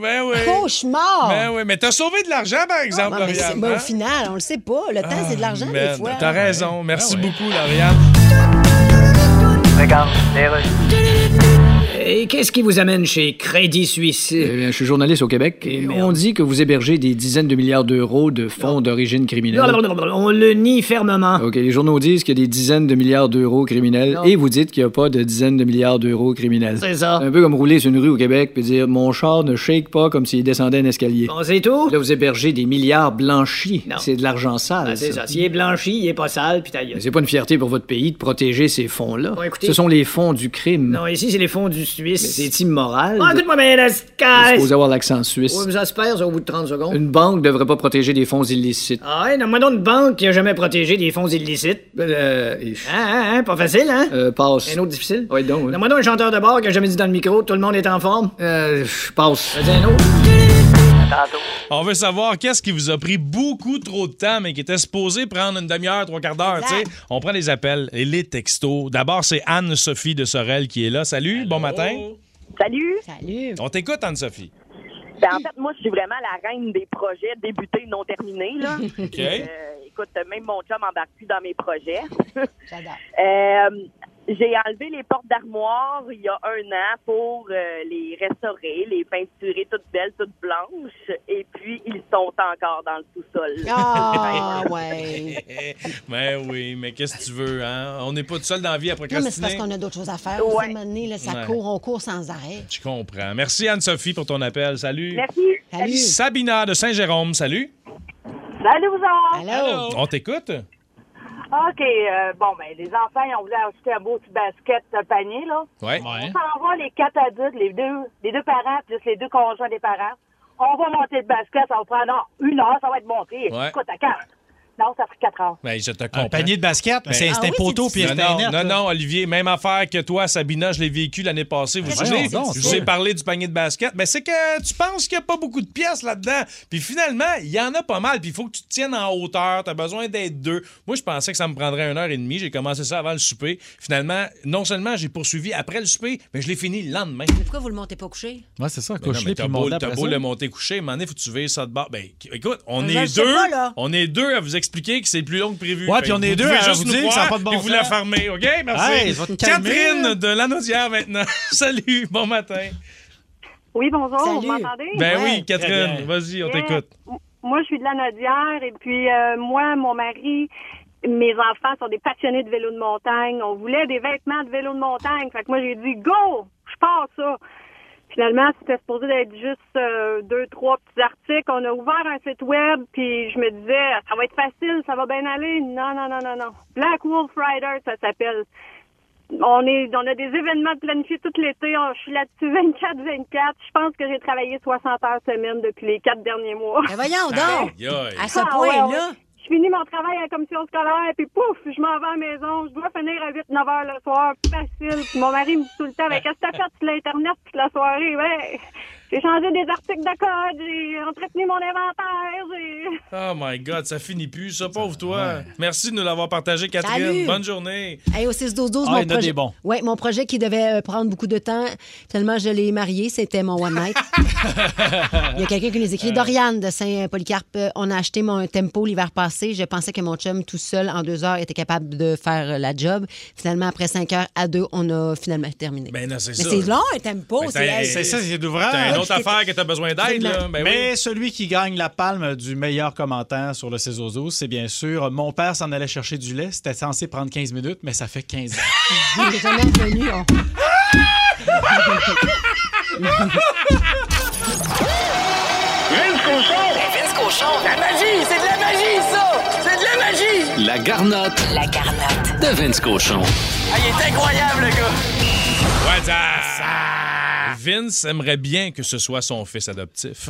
S2: Ben oui.
S5: Cauchemar!
S2: Ben oui, mais t'as sauvé de l'argent, par exemple,
S5: Oh. Ah, mais c'est-
S2: Lauriane.
S5: mais
S2: hein?
S5: au final, on le sait pas. Le temps, c'est de l'argent, des
S2: Man,
S5: fois.
S2: T'as raison. Merci beaucoup, Lauriane.
S15: Regarde,
S6: Et qu'est-ce qui vous amène chez Crédit Suisse? Eh je suis journaliste au Québec. Et on dit que vous hébergez des dizaines de milliards d'euros de fonds d'origine criminelle.
S7: On le nie fermement.
S6: OK, les journaux disent qu'il y a des dizaines de milliards d'euros criminels
S7: Non.
S6: et vous dites qu'il n'y a pas de dizaines de milliards d'euros criminels.
S7: C'est ça.
S6: Un peu comme rouler sur une rue au Québec puis dire mon char ne shake pas comme s'il descendait un escalier.
S7: Bon, c'est tout?
S6: Là, vous hébergez des milliards blanchis.
S7: Non.
S6: C'est de l'argent sale.
S7: Ah, c'est
S6: ça.
S7: ça. S'il est blanchi, il est pas sale, puis ta gueule.
S6: Mais c'est pas une fierté pour votre pays de protéger ces fonds-là.
S7: Bon, écoutez-
S6: Ce sont les fonds du crime.
S7: Non, ici, c'est les fonds du
S6: Mais
S7: Suisse.
S6: c'est immoral.
S7: Ah, écoute-moi, mais la
S6: Vous
S7: sky!
S6: supposez avoir l'accent suisse.
S7: Oui, mais ça se perd, ça, au bout de 30 secondes.
S6: Une banque devrait pas protéger des fonds illicites.
S7: Ah, ouais, non, moi donc une banque qui a jamais protégé des fonds illicites.
S6: Euh,
S7: Hein, hein, hein, pas facile, hein?
S6: euh, passe.
S7: Un autre difficile?
S6: Oui, donc. oui.
S7: Non, moi donc un chanteur de bar qui a jamais dit dans le micro, tout le monde est en forme.
S6: Euh, je passe.
S7: Vas-y, un autre.
S2: On veut savoir qu'est-ce qui vous a pris beaucoup trop de temps, mais qui était supposé prendre une demi-heure, trois quarts d'heure. tu sais. On prend les appels et les textos. D'abord, c'est Anne-Sophie de Sorel qui est là. Salut, bon matin.
S9: Salut!
S2: On t'écoute, Anne-Sophie.
S9: Ben, en fait, moi, je suis vraiment la reine des projets débutés, non terminés. Là.
S2: OK.
S9: Euh, écoute, même mon chum embarque plus dans mes projets. Euh, j'ai enlevé les portes d'armoire il y a un an pour euh, les restaurer, les peinturer toutes belles, toutes blanches. Et puis, ils sont encore dans le sous-sol. [laughs]
S5: Ah,
S2: [laughs]
S5: ouais.
S2: Mais Ben oui, mais qu'est-ce que tu veux, hein? On n'est pas tout seul dans la vie à
S5: Non, mais c'est
S2: procrastiner.
S5: parce qu'on a d'autres choses à faire. À un moment donné, là, ça
S2: Ouais.
S5: court, on court sans arrêt.
S2: Je comprends. Merci, Anne-Sophie, pour ton appel. Salut.
S5: Salut.
S2: Sabina de Saint-Jérôme, salut.
S9: Salut, vous autres!
S2: On t'écoute?
S9: OK, euh, bon, ben, les enfants, ils ont voulu acheter un beau petit basket un panier, là.
S2: Ouais.
S9: On s'en va, les quatre adultes, les deux, les deux parents, plus les deux conjoints des parents. On va monter le basket, ça va prendre non, une heure, ça va être monté.
S2: Ouais.
S9: Écoute, à quatre. Non, ça fait quatre heures.
S2: Ben, je te comprends. Ben,
S3: panier de basket, mais c'est- Ah c'était oui, poteau, c'est puis difficile.
S2: Non,
S3: c'était
S2: non,
S3: inerte,
S2: non, Olivier, même affaire que toi, Sabina, je l'ai vécu l'année passée. Vous vous
S3: Voyons
S2: souvenez?
S3: donc,
S2: Je
S3: ça.
S2: vous ai parlé du panier de basket. Mais c'est que tu penses qu'il n'y a pas beaucoup de pièces là-dedans. Puis finalement, il y en a pas mal. Puis il faut que tu te tiennes en hauteur. Tu as besoin d'être deux. Moi, je pensais que ça me prendrait une heure et demie. J'ai commencé ça avant le souper. Finalement, non seulement j'ai poursuivi après le souper, mais je l'ai fini le lendemain.
S5: Pourquoi vous le montez pas couché?
S3: Moi, c'est ça.
S2: Ben non, mais
S3: Couche-les
S2: t'as
S3: puis
S2: beau,
S3: monte
S2: t'as
S3: après
S2: beau
S3: ça.
S2: le monter couché, mais il faut que tu veilles ça de bord. Ben, qu- écoute, on
S3: Je le
S2: est
S3: sais
S2: deux.
S3: pas, là.
S2: on est deux à vous expliquer que c'est plus long que prévu.
S3: Ouais,
S2: Fait
S3: puis on
S2: que
S3: est deux
S2: pouvez
S3: à
S2: juste
S3: vous
S2: nous
S3: dire que ça n'a
S2: voir
S3: pas de bon
S2: et vous
S3: sens.
S2: la fermez, OK? Merci.
S3: Hey, ça va te calmer.
S2: Catherine de Lanaudière maintenant. [laughs] Salut, bon matin.
S9: Oui, bonjour, vous m'entendez?
S2: Ben oui, Catherine, vas-y, on
S9: Yeah.
S2: t'écoute.
S9: Moi, je suis de la Nodière et puis euh, moi, mon mari, mes enfants sont des passionnés de vélo de montagne. On voulait des vêtements de vélo de montagne. Fait que moi, j'ai dit go, je pars ça. Finalement, c'était supposé d'être juste euh, deux, trois petits articles. On a ouvert un site web, puis je me disais, ça va être facile, ça va bien aller. Non, non, non, non, non. Black Wolf Rider, ça s'appelle. On est, on a des événements planifiés tout l'été. On- Je suis là-dessus 24-24. Je pense que j'ai
S11: Ben
S9: travaillé 60 heures semaine depuis les quatre derniers mois.
S5: Ben voyons
S9: donc!
S2: Aïe, Ah, aïe.
S5: À ce point-là?
S9: Je Ah, je finis mon travail à la commission scolaire, puis pouf, je m'en vais à la maison. Je dois finir à 8, 9 heures le soir. Facile. Puis mon mari me dit tout le temps, mais qu'est-ce que t'as fait sur l'Internet toute la soirée? Ouais. J'ai changé des articles de code, j'ai entretenu mon inventaire, j'ai.
S2: Oh my God, ça finit plus, ça, pauvre toi. Merci de nous l'avoir partagé, Catherine.
S5: Salut.
S2: Bonne journée.
S5: Hey, oh, au 6-12-12,
S2: Ah, il y en
S5: mon,
S2: a des
S5: projet...
S2: bons.
S5: ouais, mon projet qui devait euh, prendre beaucoup de temps, tellement je l'ai marié, c'était mon
S2: [laughs]
S5: One Night. Il y a quelqu'un qui nous
S2: Euh.
S5: écrit Doriane de Saint-Polycarpe, euh, on a acheté mon tempo l'hiver passé. Je pensais que mon chum, tout seul, en deux heures, était capable de faire euh, la job. Finalement, après cinq heures à deux, on a finalement terminé.
S2: Ben non, c'est
S5: Mais
S2: ça.
S5: c'est long, un tempo.
S2: Ben,
S5: c'est-
S2: t'as-
S5: hey,
S3: C'est ça, c'est d'ouvrage.
S2: T'as une autre affaire que t'as besoin d'aide, là. Ben oui.
S3: Mais celui qui gagne la palme du meilleur commentaire sur le Césozo, c'est bien sûr Mon père s'en allait chercher du lait. C'était censé prendre 15 minutes, mais ça fait 15 ans.
S5: Il est jamais revenu. on-
S3: [laughs]
S2: [laughs]
S10: Vince Cochon! Vince Cochon! La magie! C'est de la magie, ça! C'est de la magie!
S11: La garnotte
S10: La garnotte.
S11: de Vince Cochon.
S10: Ah, il est incroyable, le gars!
S2: Ouais, ça- Vince aimerait bien que ce soit son fils
S12: [laughs]
S2: adoptif.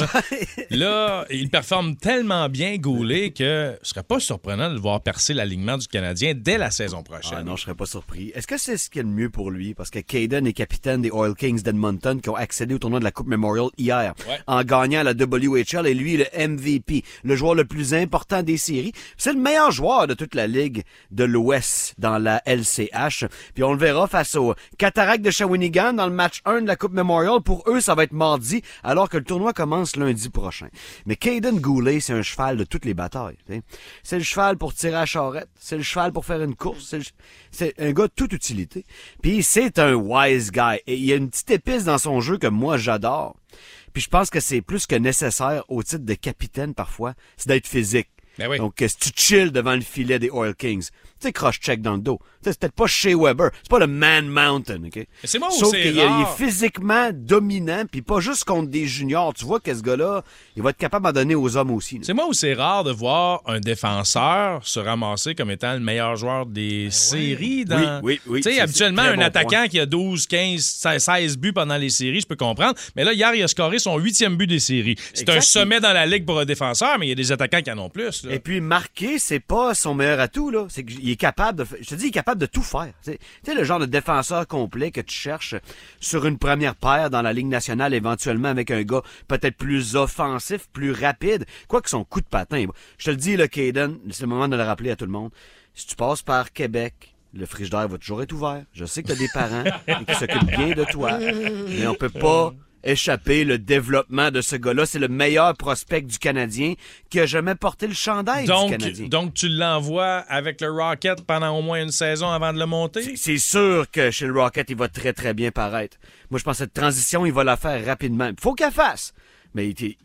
S2: Là, il performe tellement bien Goulet que ce serait pas surprenant de le voir percer l'alignement du Canadien dès la saison prochaine.
S12: Ah non, je serais pas surpris. Est-ce que c'est ce qui est le mieux pour lui? Parce que Caden est capitaine des Oil Kings d'Edmonton qui ont accédé au tournoi de la Coupe Memorial hier
S13: Ouais.
S12: en gagnant la WHL et lui le MVP, le joueur le plus important des séries. C'est le meilleur joueur de toute la ligue de l'Ouest dans la LCH. Puis on le verra face aux Cataractes de Shawinigan dans le match 1 de la Coupe Memorial. Pour eux, ça va être mardi alors que le tournoi commence lundi prochain. Mais Caden Goulet, c'est un cheval de toutes les batailles. tu sais. C'est le cheval pour tirer à la charrette, c'est le cheval pour faire une course, c'est le ch- c'est un gars de toute utilité. Puis c'est un wise guy et il y a une petite épice dans son jeu que moi j'adore. Puis je pense que c'est plus que nécessaire au titre de capitaine parfois, c'est d'être physique.
S2: Ben
S12: Donc, euh, si tu chill devant le filet des Oil Kings, tu sais, cross-check dans le dos. Tu sais, C'est peut-être pas chez Weber, c'est pas le Man Mountain, OK?
S2: c'est moi ou
S12: Sauf
S2: c'est
S12: qu'il est- il est
S2: rare?
S12: physiquement dominant, puis pas juste contre des juniors. Tu vois que ce gars-là, il va être capable d'en donner aux hommes aussi. là.
S2: C'est moi où c'est rare de voir un défenseur se ramasser comme étant le meilleur joueur des séries. Dans...
S12: Ben Oui, oui, oui,
S2: Tu sais,
S12: c'est-
S2: habituellement,
S12: c'est
S2: un
S12: très bon
S2: attaquant
S12: point.
S2: qui a 12, 15, 16, 16 buts pendant les séries, je peux comprendre. Mais là, hier, il a scoré son huitième but des séries. C'est un
S12: Exact.
S2: sommet dans la ligue pour un défenseur, mais il y a des attaquants qui en ont plus. là.
S12: Et puis marquer, c'est pas son meilleur atout là. C'est qu'il est capable de, fa- je te dis, il est capable de tout faire. C'est- Tu sais le genre de défenseur complet que tu cherches sur une première paire dans la Ligue nationale, éventuellement avec un gars peut-être plus offensif, plus rapide, quoi que son coup de patin. Je te le dis, le Caden, c'est le moment de le rappeler à tout le monde. Si tu passes par Québec. Le frigidaire va toujours être ouvert. Je sais que tu as des
S2: [laughs]
S12: parents et qui s'occupent bien de toi, mais on peut pas échapper le développement de ce gars-là. C'est le meilleur prospect du Canadien qui a jamais porté le chandail du
S2: Donc,
S12: Canadien.
S2: donc, tu l'envoies avec le Rocket pendant au moins une saison avant de le monter?
S12: C'est sûr que chez le Rocket, il va très, très bien paraître. Moi, je pense que cette transition, il va la faire rapidement. Il faut qu'elle fasse. Mais il était-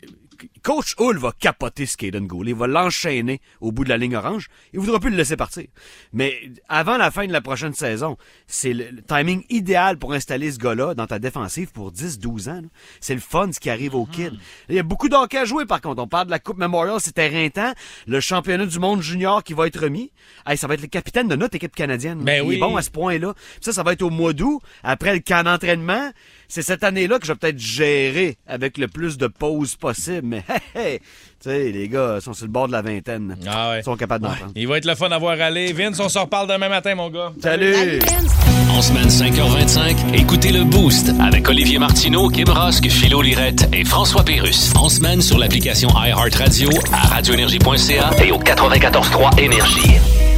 S12: Coach Hull va capoter ce Caden Goulet. Il va l'enchaîner au bout de la ligne orange. Il voudra plus le laisser partir. Mais avant la fin de la prochaine saison, c'est le, le timing idéal pour installer ce gars-là dans ta défensive pour 10-12 ans. là. C'est le fun, ce qui arrive au kid. Il y a beaucoup d'hockey à jouer, par contre. On parle de la Coupe Memorial, c'est éreintant. Le championnat du monde junior qui va être remis. Hey, ça va être le capitaine de notre équipe canadienne.
S2: Ben
S12: Il
S2: oui.
S12: est bon à ce point-là. Puis Ça, ça va être au mois d'août, après le camp d'entraînement. C'est cette année-là que je vais peut-être gérer avec le plus de pauses possible. Mais, [laughs] hey, hey, tu sais, les gars sont sur le bord de la vingtaine. Ils sont capables d'en prendre.
S2: Il va être le fun à voir aller. Vince, on se reparle demain matin, mon gars.
S12: Salut!
S11: En semaine 5h25, écoutez le Boost avec Olivier Martineau, Kim Rosk, Philo Lirette et François Pérus. En semaine sur l'application iHeartRadio à radioénergie.ca et au 94.3 Énergie.